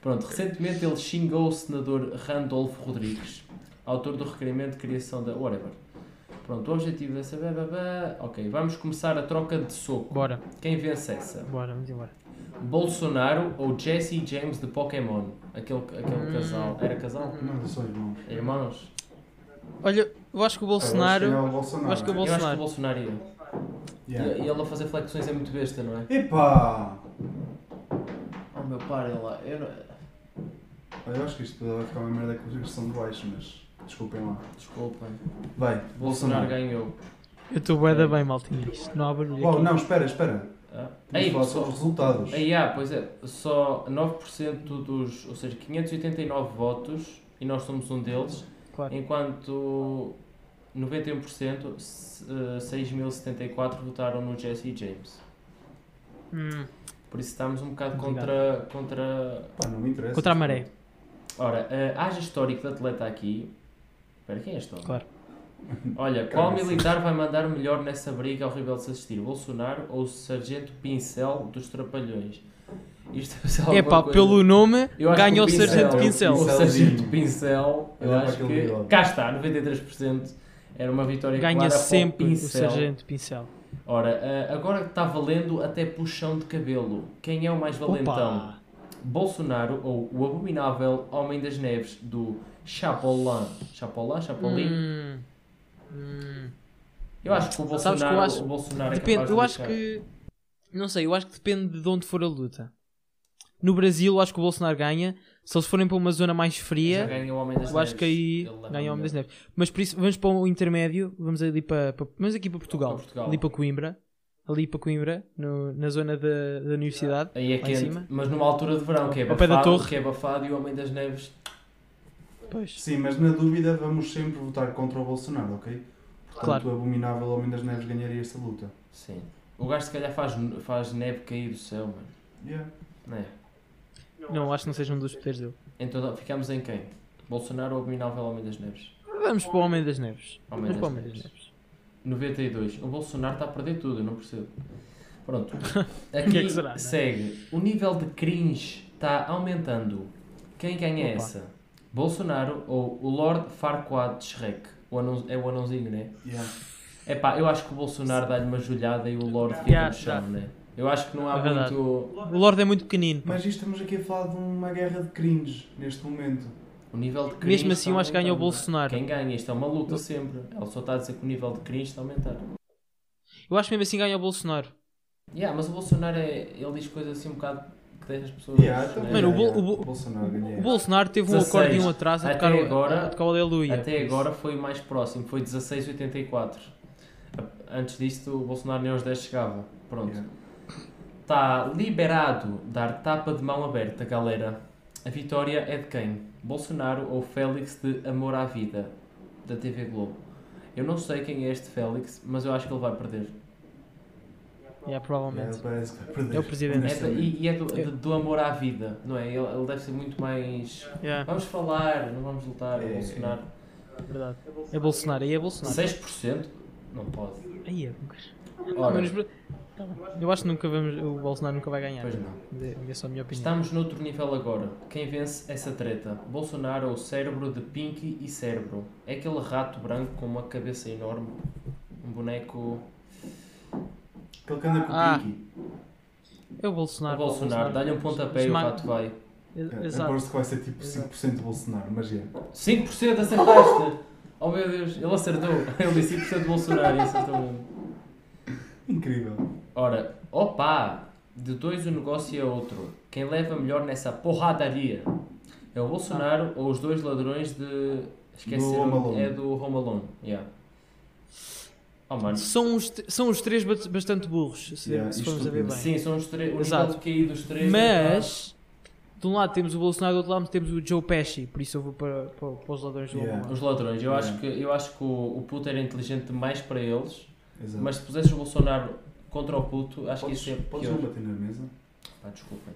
Speaker 1: Pronto, recentemente ele xingou o senador Randolfo Rodrigues, autor do requerimento de criação da. Whatever. Pronto, o objetivo dessa. blá, blá, blá. Ok, vamos começar a troca de soco.
Speaker 2: Bora,
Speaker 1: Quem vence essa?
Speaker 2: bora, vamos embora.
Speaker 1: Bolsonaro ou Jesse James de Pokémon? Aquele, aquele
Speaker 2: Hum.
Speaker 1: casal. Era casal?
Speaker 3: Não, só irmãos.
Speaker 1: Irmãos?
Speaker 2: Olha, eu acho que o
Speaker 3: Eu acho que é
Speaker 2: Bolsonaro.
Speaker 3: o Bolsonaro.
Speaker 2: eu acho que o
Speaker 1: Eu acho que o
Speaker 2: Bolsonaro.
Speaker 1: Bolsonaro ia.
Speaker 3: Yeah.
Speaker 1: E, e ele a fazer flexões é muito besta, não é?
Speaker 3: Epá!
Speaker 1: Oh meu pai, ele lá. Eu não...
Speaker 3: Olha, Eu acho que isto vai ficar uma merda com a versão de baixo, mas desculpem lá.
Speaker 1: Desculpem.
Speaker 3: Vai,
Speaker 1: Bolsonaro
Speaker 3: Bolsonaro.
Speaker 1: ganhou.
Speaker 2: Eu estou bué da bem, maltinha. Isto não há barulho.
Speaker 3: Oh,
Speaker 2: aqui.
Speaker 3: não, espera, espera.
Speaker 1: Ah.
Speaker 3: Vamos
Speaker 1: Aí,
Speaker 3: falar sobre
Speaker 1: pessoal.
Speaker 3: os resultados.
Speaker 1: Aí, ah, pois é. Só 9% dos. Ou seja, 589 votos. E nós somos um deles.
Speaker 2: Claro.
Speaker 1: Enquanto 91%, se- eh, 6.074 votaram no Jesse James.
Speaker 2: Hum,
Speaker 1: Por isso estamos um bocado contra,
Speaker 2: Obrigado.
Speaker 1: contra
Speaker 3: Pá, não me interessa.
Speaker 2: Contra a maré.
Speaker 1: Ora, eh, haja histórico de atleta aqui. Espera, quem é histórico?
Speaker 2: Claro.
Speaker 1: Olha, qual
Speaker 3: Caraca.
Speaker 1: militar vai mandar melhor nessa briga ao rival de se assistir? Bolsonaro ou o Sargento Pincel dos Trapalhões? Isto é alguma
Speaker 2: É pá,
Speaker 1: coisa-
Speaker 2: pelo nome,
Speaker 1: Eu acho que
Speaker 2: ganhou o
Speaker 1: Pincel-
Speaker 2: Sargento
Speaker 1: O
Speaker 2: Pincel.
Speaker 1: Sargento Pincel, eu
Speaker 3: Olha para
Speaker 1: acho que.
Speaker 3: aquele bigode.
Speaker 1: Cá está, 93%. Era uma vitória
Speaker 2: Ganha
Speaker 1: clara para o
Speaker 2: sempre o
Speaker 1: Pincel.
Speaker 2: Sargento Pincel.
Speaker 1: Ora, eh, agora que está valendo até puxão de cabelo. Quem é o mais valentão?
Speaker 2: Opa!
Speaker 1: Bolsonaro ou o abominável Homem das Neves do Chapolin. Chapolin? Chapolin?
Speaker 2: Hum, hum.
Speaker 1: Eu acho que o Bolsonaro,
Speaker 2: Sabes que eu acho-
Speaker 1: o Bolsonaro é capaz
Speaker 2: Depende,
Speaker 1: de
Speaker 2: eu acho
Speaker 1: deixar.
Speaker 2: que. Não sei, eu acho que depende de onde for a luta. No Brasil, eu acho que o Bolsonaro ganha. Se eles forem para uma zona mais
Speaker 1: Já
Speaker 2: fria,
Speaker 1: ganha o Homem das é
Speaker 2: eu acho que aí ganha o Homem das Neves. Mas por isso, vamos para o intermédio. Vamos ali para. para- vamos aqui para Portugal.
Speaker 1: Para Portugal.
Speaker 2: Ali para Coimbra. Ali para Coimbra, no- na zona da, da universidade.
Speaker 1: Aí é
Speaker 2: Lá em
Speaker 1: quente,
Speaker 2: cima.
Speaker 1: mas numa altura de verão, que é
Speaker 2: Ao pé da
Speaker 1: abafado,
Speaker 2: torre.
Speaker 1: que é abafado e o Homem das Neves...
Speaker 2: Pois.
Speaker 3: Sim, mas na dúvida vamos sempre votar contra o Bolsonaro, ok? Portanto,
Speaker 2: Claro.
Speaker 3: o abominável Homem das Neves ganharia esta luta.
Speaker 1: Sim. O gajo se calhar faz, faz neve cair do céu, mano.
Speaker 3: Yeah.
Speaker 1: Não é?
Speaker 2: Não, acho que não seja um dos poderes dele.
Speaker 1: Então ficamos em quem? Bolsonaro ou abominável Homem das Neves?
Speaker 2: Vamos para o Homem das Neves.
Speaker 1: Homem
Speaker 2: Vamos
Speaker 1: das
Speaker 2: para o Homem das
Speaker 1: Neves.
Speaker 2: Neves.
Speaker 1: 92. O Bolsonaro está a perder tudo, eu não percebo. Pronto.
Speaker 2: que
Speaker 1: Aqui
Speaker 2: é que será, né?
Speaker 1: segue. O nível de cringe está tá aumentando. Quem ganha é
Speaker 2: Opa.
Speaker 1: essa? Bolsonaro ou o Lord Farquaad Shrek? O anão, é o anãozinho, né?
Speaker 3: Yeah.
Speaker 1: É pá, eu acho que o Bolsonaro dá-lhe uma julhada e o Lord fica
Speaker 2: Yeah,
Speaker 1: no chão,
Speaker 2: dá.
Speaker 1: né? Eu acho que não há
Speaker 2: É verdade.
Speaker 1: muito.
Speaker 2: O Lorde é muito pequenino. pá.
Speaker 3: Mas isto estamos aqui a falar de uma guerra de cringe neste momento.
Speaker 1: O nível de cringe.
Speaker 2: Mesmo assim,
Speaker 1: está
Speaker 2: eu acho que ganha o
Speaker 1: aumentando.
Speaker 2: Bolsonaro.
Speaker 1: Então, Quem ganha? Isto é uma luta sempre. Ele só está a dizer que o nível de cringe está a aumentar.
Speaker 2: Eu acho que mesmo assim ganha o Bolsonaro.
Speaker 1: Yeah, mas o Bolsonaro é. Ele diz coisas assim um bocado que deixa as pessoas.
Speaker 3: Yeah, então,
Speaker 1: né?
Speaker 2: Mano, o Bol- o Bol-
Speaker 3: Bolsonaro ganha.
Speaker 2: O Bolsonaro teve um
Speaker 1: 16.
Speaker 2: acorde e um atraso a
Speaker 1: Até
Speaker 2: tocar, o-
Speaker 1: agora-
Speaker 2: a tocar o Aleluia.
Speaker 1: Até agora foi o mais próximo, foi 16,84. A- Antes disto, o Bolsonaro nem aos 10 chegava. Pronto.
Speaker 3: Yeah.
Speaker 1: Está liberado dar tapa de mão aberta, galera. A vitória é de quem? Bolsonaro ou Félix de Amor à Vida, da TV Globo? Eu não sei quem é este Félix, mas eu acho que ele vai perder.
Speaker 2: Yeah,
Speaker 3: Yeah, ele
Speaker 2: provavelmente.
Speaker 3: É parece que vai perder.
Speaker 2: É o presidente.
Speaker 1: É da-
Speaker 3: honestamente.
Speaker 1: e e é do, de- do amor à vida, não é? Ele, ele deve ser muito mais.
Speaker 2: Yeah,
Speaker 1: Vamos falar, não vamos lutar, é
Speaker 3: É,
Speaker 1: Bolsonaro.
Speaker 2: verdade. É Bolsonaro, aí é Bolsonaro.
Speaker 1: 6%? Não pode.
Speaker 2: Aí é, Lucas.
Speaker 1: Ora.
Speaker 2: Mas pro- tá bem. Eu acho que nunca vamos, o Bolsonaro nunca vai ganhar.
Speaker 1: Pois não.
Speaker 2: Mas é- É só a minha opinião.
Speaker 1: Estamos noutro nível agora. Quem vence essa treta? Bolsonaro ou o cérebro de Pinky e Cérebro? É aquele rato branco com uma cabeça enorme. Um boneco.
Speaker 3: Aquele que anda com
Speaker 2: Ah.
Speaker 3: o Pinky.
Speaker 2: É o
Speaker 1: O
Speaker 2: Bolsonaro.
Speaker 1: Bolsonaro, dá-lhe um pontapé e o
Speaker 2: Esma-
Speaker 1: rato vai.
Speaker 2: É-
Speaker 3: É,
Speaker 2: Exato.
Speaker 3: Aposto que vai ser tipo 5% de Bolsonaro, mas é.
Speaker 1: 5% acertaste! Oh meu Deus, ele acertou! Ele disse 5% de Bolsonaro e acertou mesmo.
Speaker 3: Incrível.
Speaker 1: Ora, opa! De dois o negócio é outro. Quem leva melhor nessa porradaria? É o Bolsonaro ou os dois ladrões de. Esqueceram.
Speaker 3: Home Alone.
Speaker 1: É do Home Alone. Yeah. Oh mano.
Speaker 2: São os, t- são os três bas- bastante burros, se,
Speaker 3: Yeah,
Speaker 2: se formos a ver bem.
Speaker 1: Sim, são os três. O
Speaker 2: Exato.
Speaker 1: nível de QI dos três. é ah.
Speaker 2: Mas, de um lado temos o Bolsonaro, do outro lado temos o Joe Pesci, por isso eu vou para, para, para os ladrões do
Speaker 3: Yeah.
Speaker 2: Obama.
Speaker 1: Os ladrões. Eu
Speaker 3: Yeah.
Speaker 2: É.
Speaker 1: acho que, eu acho que o, o puto era inteligente demais para eles.
Speaker 3: Exato.
Speaker 1: Mas se pusesses o Bolsonaro contra o puto, acho
Speaker 3: podes,
Speaker 1: que isso é
Speaker 3: podes não
Speaker 1: pior.
Speaker 3: bater na mesa?
Speaker 1: Pá, desculpem.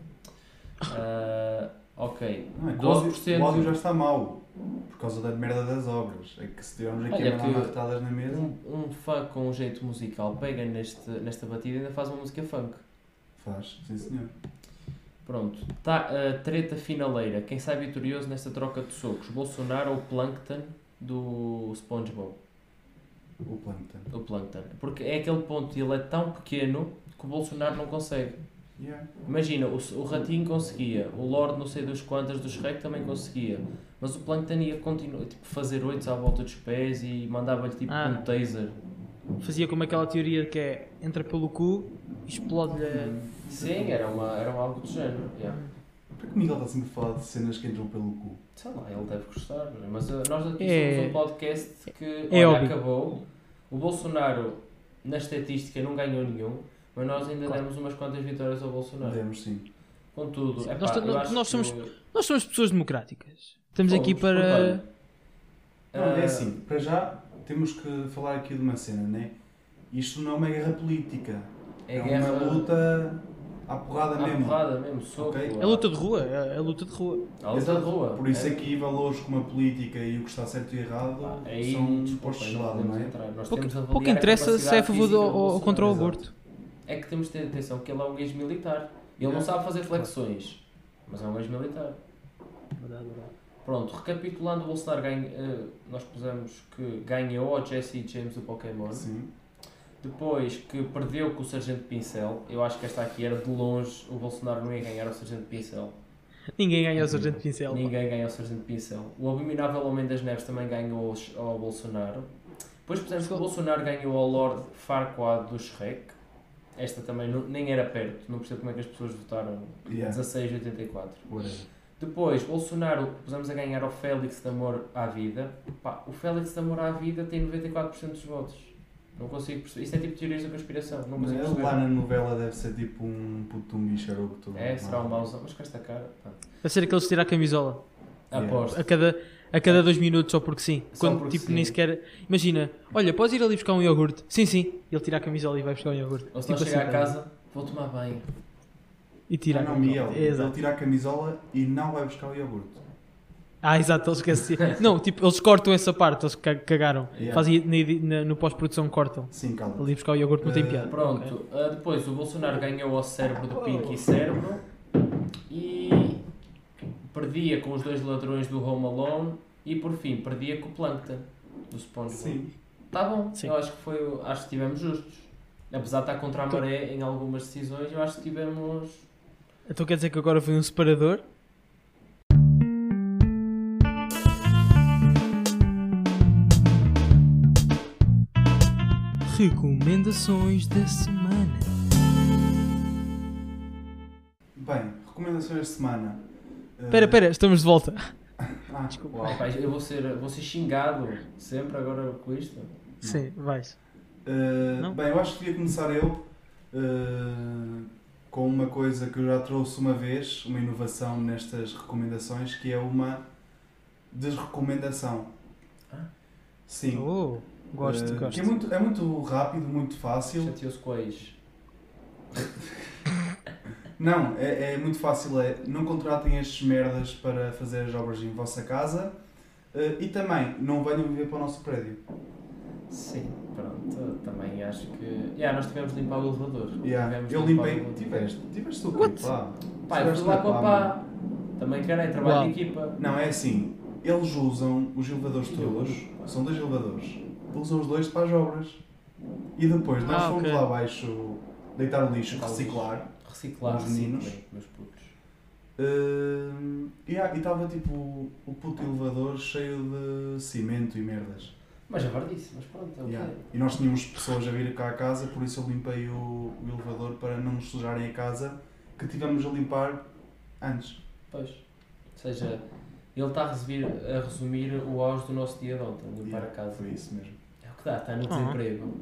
Speaker 1: Ah, ok.
Speaker 3: Não, é que o
Speaker 1: 12%.
Speaker 3: áudio- O áudio já está mau. Por causa da merda das obras. É que se tivermos aqui
Speaker 1: Olha
Speaker 3: a
Speaker 1: que-
Speaker 3: mandar marretadas na mesa,
Speaker 1: Um, um fã com um jeito musical pega neste, nesta batida e ainda faz uma música funk.
Speaker 3: faz. Sim, senhor.
Speaker 1: Pronto. Tá, a treta finaleira. Quem sai vitorioso nesta troca de socos? Bolsonaro ou Plankton do SpongeBob?
Speaker 3: O Plankton.
Speaker 1: O Plankton. Porque é aquele ponto, ele é tão pequeno que o Bolsonaro não consegue.
Speaker 3: Yeah.
Speaker 1: Imagina, o, o Ratinho conseguia, o Lorde não sei dos quantas do Shrek também conseguia, mas o Plankton ia continuar, tipo, fazer oito à volta dos pés e mandava-lhe tipo
Speaker 2: Ah.
Speaker 1: um taser.
Speaker 2: Fazia como aquela teoria que é, entra pelo cu e explode-lhe a-
Speaker 1: é-
Speaker 3: Hum,
Speaker 1: Sim, era, uma, era algo do género. yeah.
Speaker 3: Por é que o Miguel está sempre a falar de cenas que entram pelo cu?
Speaker 1: Sei lá, ele deve gostar, não é? mas uh, nós aqui
Speaker 2: É-
Speaker 1: somos um podcast que
Speaker 2: é
Speaker 1: olha,
Speaker 2: óbvio.
Speaker 1: acabou. O Bolsonaro, na estatística, não ganhou nenhum, mas nós ainda
Speaker 2: Claro. É.
Speaker 1: demos umas quantas vitórias ao Bolsonaro.
Speaker 3: Demos sim.
Speaker 1: Contudo,
Speaker 2: Sim,
Speaker 1: epá,
Speaker 2: nós t-
Speaker 1: eu
Speaker 2: nós-
Speaker 1: acho
Speaker 2: nós
Speaker 1: que-
Speaker 2: somos- Nós somos pessoas democráticas. Estamos aqui
Speaker 1: Fomos, porque,
Speaker 2: para.
Speaker 1: olha,
Speaker 3: Não, é
Speaker 1: ah,
Speaker 3: assim, para já temos que falar aqui de uma cena, né? Isto não é uma guerra política.
Speaker 1: É,
Speaker 3: É,
Speaker 1: guerra
Speaker 3: uma luta à porrada
Speaker 1: à
Speaker 3: mesmo.
Speaker 1: porrada mesmo, soco.
Speaker 3: Ok.
Speaker 2: É luta de rua, é é luta de rua.
Speaker 1: A luta de rua.
Speaker 3: Por isso
Speaker 1: é,
Speaker 3: é que valores como a política e o que está certo e errado
Speaker 1: Pá, aí,
Speaker 3: são
Speaker 1: desculpa,
Speaker 3: postos de
Speaker 1: não
Speaker 3: lado,
Speaker 1: podemos
Speaker 3: não é?
Speaker 1: entrar. Nós
Speaker 2: Pouco,
Speaker 1: temos de avaliar
Speaker 2: pouco
Speaker 1: a
Speaker 2: interessa se é a
Speaker 1: capacidade
Speaker 2: favor do,
Speaker 1: física do
Speaker 2: ou, ou
Speaker 1: Bolsonaro.
Speaker 2: contra o
Speaker 3: exato.
Speaker 2: aborto.
Speaker 1: É que temos de ter atenção que ele é um ex-militar. Ele
Speaker 3: Yeah.
Speaker 1: não sabe fazer flexões, mas é um ex-militar. Pronto, recapitulando, o Bolsonaro ganha, eh, nós pusemos que ganhou ao Jesse James do Pokémon.
Speaker 3: Sim.
Speaker 1: Depois que perdeu com o Sargento Pincel. Eu acho que esta aqui era de longe. O Bolsonaro não ia ganhar o Sargento Pincel.
Speaker 2: Ninguém ganha o Sargento Pincel. pá.
Speaker 1: Ninguém ganhou o Sargento Pincel. O Abominável Homem das Neves também ganhou ao Sh- ao Bolsonaro. Depois pusemos que o Bolsonaro ganhou ao Lord Farquaad do Shrek. Esta também não- nem era perto. Não percebo como é que as pessoas votaram.
Speaker 3: Yeah.
Speaker 1: 16,84.
Speaker 3: Whatever.
Speaker 1: Depois, Bolsonaro, pusemos a ganhar ao Félix de Amor à Vida. Pá, o Félix de Amor à Vida tem 94% dos votos. Não consigo perceber. Isto é tipo teorias da conspiração. Não é
Speaker 3: Mas
Speaker 1: consigo
Speaker 3: ele lá
Speaker 1: perceber.
Speaker 3: na novela deve ser tipo um puto de um bicho ou que tu.
Speaker 1: É, será um mauzão. Mas com esta cara, pá.
Speaker 2: Deve ser aqueles que tiram a camisola
Speaker 3: Yeah.
Speaker 1: Aposto.
Speaker 2: a cada, a cada dois minutos, só porque sim.
Speaker 1: Só
Speaker 2: Quando
Speaker 1: porque
Speaker 2: tipo
Speaker 1: sim.
Speaker 2: nem sequer. Imagina, olha, podes ir ali buscar um iogurte. Sim, sim. Ele tira a camisola e vai buscar um iogurte.
Speaker 1: Ou se não
Speaker 2: Tipo
Speaker 1: chegar
Speaker 2: assim,
Speaker 1: a casa, Ah, vou tomar banho.
Speaker 2: E tira
Speaker 3: Tira
Speaker 2: a
Speaker 3: Ah, não,
Speaker 2: camisola. É,
Speaker 3: Miguel. Ele
Speaker 2: exato.
Speaker 3: tira a camisola e não vai buscar o iogurte.
Speaker 2: Ah, exato, eles esquecem. não, tipo, eles cortam essa parte, eles ca- cagaram.
Speaker 3: Yeah.
Speaker 2: Fazem na edi- na- no pós-produção, cortam.
Speaker 3: Sim, calma.
Speaker 2: Ali buscar o iogurte não tem
Speaker 3: Eh,
Speaker 2: piada.
Speaker 1: Pronto, ah,
Speaker 3: Oh.
Speaker 1: depois o Bolsonaro ganhou ao cérebro do Pink e Cérebro e perdia com os dois ladrões do Home Alone e por fim perdia com o Plankton do SpongeBob.
Speaker 3: Sim.
Speaker 1: Está bom,
Speaker 2: Sim.
Speaker 1: eu acho que foi, o- acho que estivemos justos. Apesar de estar contra a maré em algumas decisões, eu acho que tivemos
Speaker 2: Então quer dizer que agora foi um separador? Recomendações da semana.
Speaker 3: Bem, recomendações da semana. Eh,
Speaker 2: Espera, espera, estamos de volta.
Speaker 3: Ah,
Speaker 2: Desculpa.
Speaker 3: uau.
Speaker 1: Rapaz, eu vou ser, vou ser xingado sempre agora com isto.
Speaker 2: Sim, vais.
Speaker 3: Eh,
Speaker 2: Não?
Speaker 3: bem, eu acho que devia começar eu eh, com uma coisa que eu já trouxe uma vez, uma inovação nestas recomendações, que é uma desrecomendação.
Speaker 1: Ah?
Speaker 3: Sim.
Speaker 2: Oh, gosto,
Speaker 3: Eh, que
Speaker 2: gosto.
Speaker 3: É muito, é muito rápido, muito fácil.
Speaker 1: Chateou-se com a ex.
Speaker 3: Não, é, é muito fácil. É, não contratem estes merdas para fazer as obras em vossa casa eh, e também não venham viver para o nosso prédio.
Speaker 1: Sim, pronto, também acho que. Yeah, nós tivemos de limpar o elevador.
Speaker 3: Yeah,
Speaker 1: Tivemos de
Speaker 3: Eu
Speaker 1: limpar o
Speaker 3: limpei.
Speaker 1: elevador.
Speaker 3: Tiveste, tiveste o
Speaker 2: What?
Speaker 3: quê? Pá,
Speaker 1: Pá, eu fui
Speaker 3: Tiveste
Speaker 1: lá
Speaker 3: na
Speaker 1: com a
Speaker 3: pá, mano.
Speaker 1: pá. Também carei, trabalho
Speaker 2: Uau.
Speaker 1: de equipa.
Speaker 3: Não, é assim. Eles usam os elevadores todos. São dois elevadores. Usam os dois para as obras. E depois nós
Speaker 2: Ah,
Speaker 3: fomos
Speaker 2: ok.
Speaker 3: lá abaixo deitar
Speaker 1: Deitar
Speaker 3: o lixo,
Speaker 1: o lixo.
Speaker 3: reciclar.
Speaker 1: Reciclar,
Speaker 3: Os meninos.
Speaker 1: reciclei, meus putos.
Speaker 3: Hum, e há- e estava tipo o puto elevador cheio de cimento e merdas.
Speaker 1: Mas é verdade, mas pronto, é o que
Speaker 3: Yeah.
Speaker 1: é.
Speaker 3: E nós tínhamos pessoas a vir cá à casa, por isso eu limpei o, o elevador para não nos sujarem a casa que tivemos a limpar antes.
Speaker 1: Pois. Ou seja, ele está a, resumir- a resumir o auge do nosso dia de ontem, limpar
Speaker 3: Yeah,
Speaker 1: a casa.
Speaker 3: Foi isso mesmo.
Speaker 1: É o que dá, está no
Speaker 2: Ah.
Speaker 1: desemprego.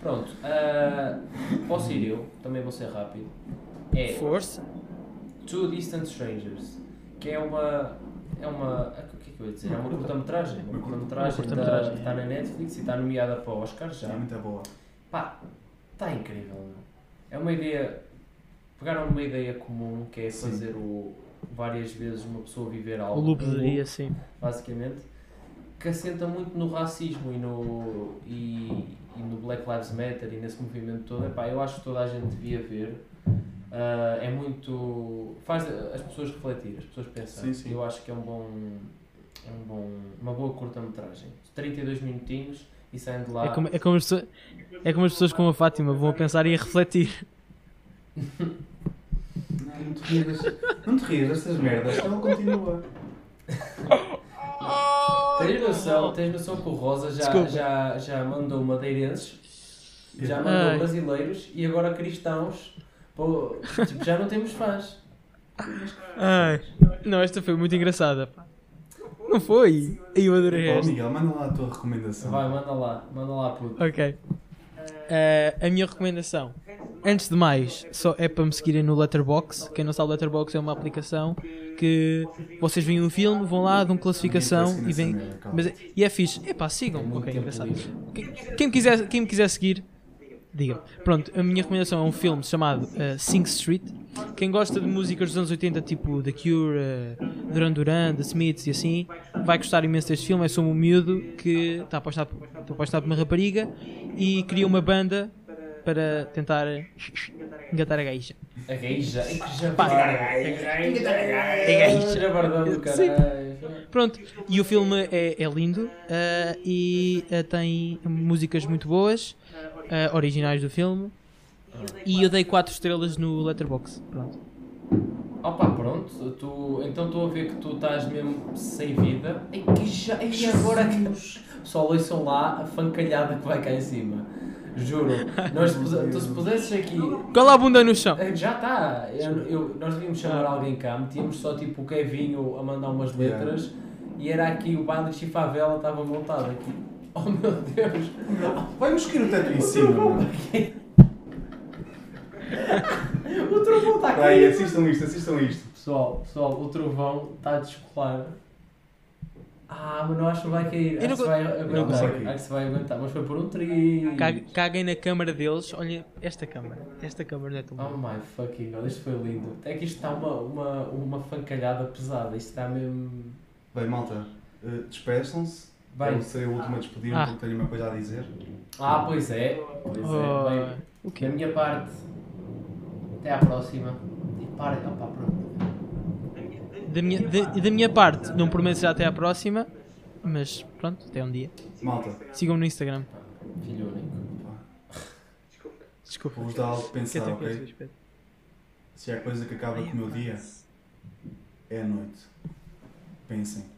Speaker 1: Pronto, ah, posso ir eu, também vou ser rápido. É
Speaker 2: Força.
Speaker 1: Two Distant Strangers, que é uma. É uma. O que é que eu ia dizer? É uma
Speaker 3: Uma curta-
Speaker 1: curta-metragem. Uma
Speaker 3: uma curta-
Speaker 1: curta-metragem da-
Speaker 2: uma curta-metragem,
Speaker 1: que está na Netflix e está nomeada para o Oscar já.
Speaker 3: É muito boa.
Speaker 1: Pá, está incrível. meu. É uma ideia. Pegaram uma ideia comum que é
Speaker 3: Sim.
Speaker 1: fazer o, várias vezes uma pessoa viver algo.
Speaker 2: O loop
Speaker 1: um loop,
Speaker 2: diria sim.
Speaker 1: basicamente, que assenta muito no racismo e no, e, e no Black Lives Matter e nesse movimento todo. Epá, eu acho que toda a gente devia ver. Ah, é muito. faz as pessoas refletir, as pessoas pensarem.
Speaker 3: Sim, sim.
Speaker 1: Eu acho que é um bom. É um bom uma boa curta-metragem. 32 minutinhos e saem de lá.
Speaker 2: É como, é, como as pessoas, é como as pessoas como a Fátima vão a pensar e a refletir.
Speaker 3: Não, não te rias. Não te rias destas merdas, ela continua.
Speaker 1: Tens noção, tens noção que o Rosa já,
Speaker 2: Desculpa.
Speaker 1: já, já mandou madeirenses, já
Speaker 3: Yeah.
Speaker 1: mandou
Speaker 2: Ai.
Speaker 1: brasileiros e agora cristãos. Pô, tipo, já não temos fãs.
Speaker 2: Ai, não, esta foi muito engraçada. pá. Não foi? Eu adorei
Speaker 3: Ó,
Speaker 2: esta.
Speaker 3: Miguel, manda lá a tua recomendação.
Speaker 1: Vai, manda lá, manda lá, puto.
Speaker 2: Ok. Eh, a minha recomendação, antes de mais, só é para me seguirem no Letterboxd. Quem não sabe, Letterboxd é uma aplicação que vocês veem um filme, vão lá, dão classificação e vêm. Mas, é- e é fixe. Epá, sigam.
Speaker 1: Tem muito
Speaker 2: Ok,
Speaker 1: tempo
Speaker 2: engraçado.
Speaker 1: livre.
Speaker 2: Quem, quem me quiser, quem me quiser seguir, diga Pronto, a minha recomendação é um filme chamado eh, Sing Street. Quem gosta de músicas dos anos 80, tipo The Cure, eh, Duran Duran, The Smiths e assim, vai gostar imenso deste filme. É sobre um miúdo que está apaixonado, por- está apaixonado por uma rapariga e cria uma banda para tentar engatar a gaija.
Speaker 1: A gaija. Ai, que já-
Speaker 2: Pá. gaija.
Speaker 1: Já bardão do
Speaker 2: Sim.
Speaker 1: caralho.
Speaker 2: Pronto, e o filme é, é lindo eh, e eh, tem músicas muito boas, eh, originais do filme. E eu dei 4 estrelas no Letterboxd. Pronto.
Speaker 1: Opa, pronto, tu, então estou a ver que tu estás mesmo sem vida. Ai, que já, ai, e agora que os só ouçam lá a fancalhada que vai cá em cima. Juro, nós, se puse- tu se pusesses aqui.
Speaker 2: Cola a bunda no chão.
Speaker 1: Eh, Já está! Eu- eu- Nós devíamos chamar alguém cá, metíamos só tipo o Kevinho a mandar umas
Speaker 3: Yeah.
Speaker 1: letras e era aqui o baile de Chifavela estava montado aqui. Oh meu Deus!
Speaker 3: Vai mosquir o teto em cima.
Speaker 1: O tá trovão está aqui!
Speaker 3: Vai, assistam isto, assistam isto.
Speaker 1: Pessoal, pessoal, o trovão está a descolar. Ah, mas não acho que vai cair.
Speaker 2: Eu
Speaker 1: Acho
Speaker 2: não
Speaker 1: que
Speaker 2: co-
Speaker 1: vai
Speaker 3: não
Speaker 1: aguentar.
Speaker 3: sei.
Speaker 1: Acho que vai aguentar, mas foi por um tri.
Speaker 2: Ca- Caguem na câmara deles. Olha, esta câmara. Esta câmara não é tão
Speaker 1: Oh
Speaker 2: boa.
Speaker 1: my fucking god, isto foi lindo. É que isto está uma, uma, uma fancalhada pesada. Isto está mesmo.
Speaker 3: Bem, malta, eh, despeçam-se.
Speaker 1: Bem.
Speaker 3: Eu sei é a última despedida,
Speaker 2: Ah.
Speaker 3: porque tenho uma coisa a dizer.
Speaker 1: Ah, pois é. Pois
Speaker 2: Oh,
Speaker 1: é. Bem,
Speaker 2: o
Speaker 1: da
Speaker 2: quê?
Speaker 1: minha parte, até à próxima. E parem, opa, pronto.
Speaker 4: Da minha-
Speaker 2: da minha, da, da minha parte, não prometo já até à próxima, mas pronto, até um dia.
Speaker 3: Malta,
Speaker 2: Sigam-me no Instagram.
Speaker 1: Filho único.
Speaker 2: Desculpa.
Speaker 3: vou-vos dar algo de
Speaker 2: Quer
Speaker 3: pensar,
Speaker 2: ter tipo coisas,
Speaker 3: ok?
Speaker 2: Pedro?
Speaker 3: Se há coisa que acaba com o meu dia, é a noite. Pensem.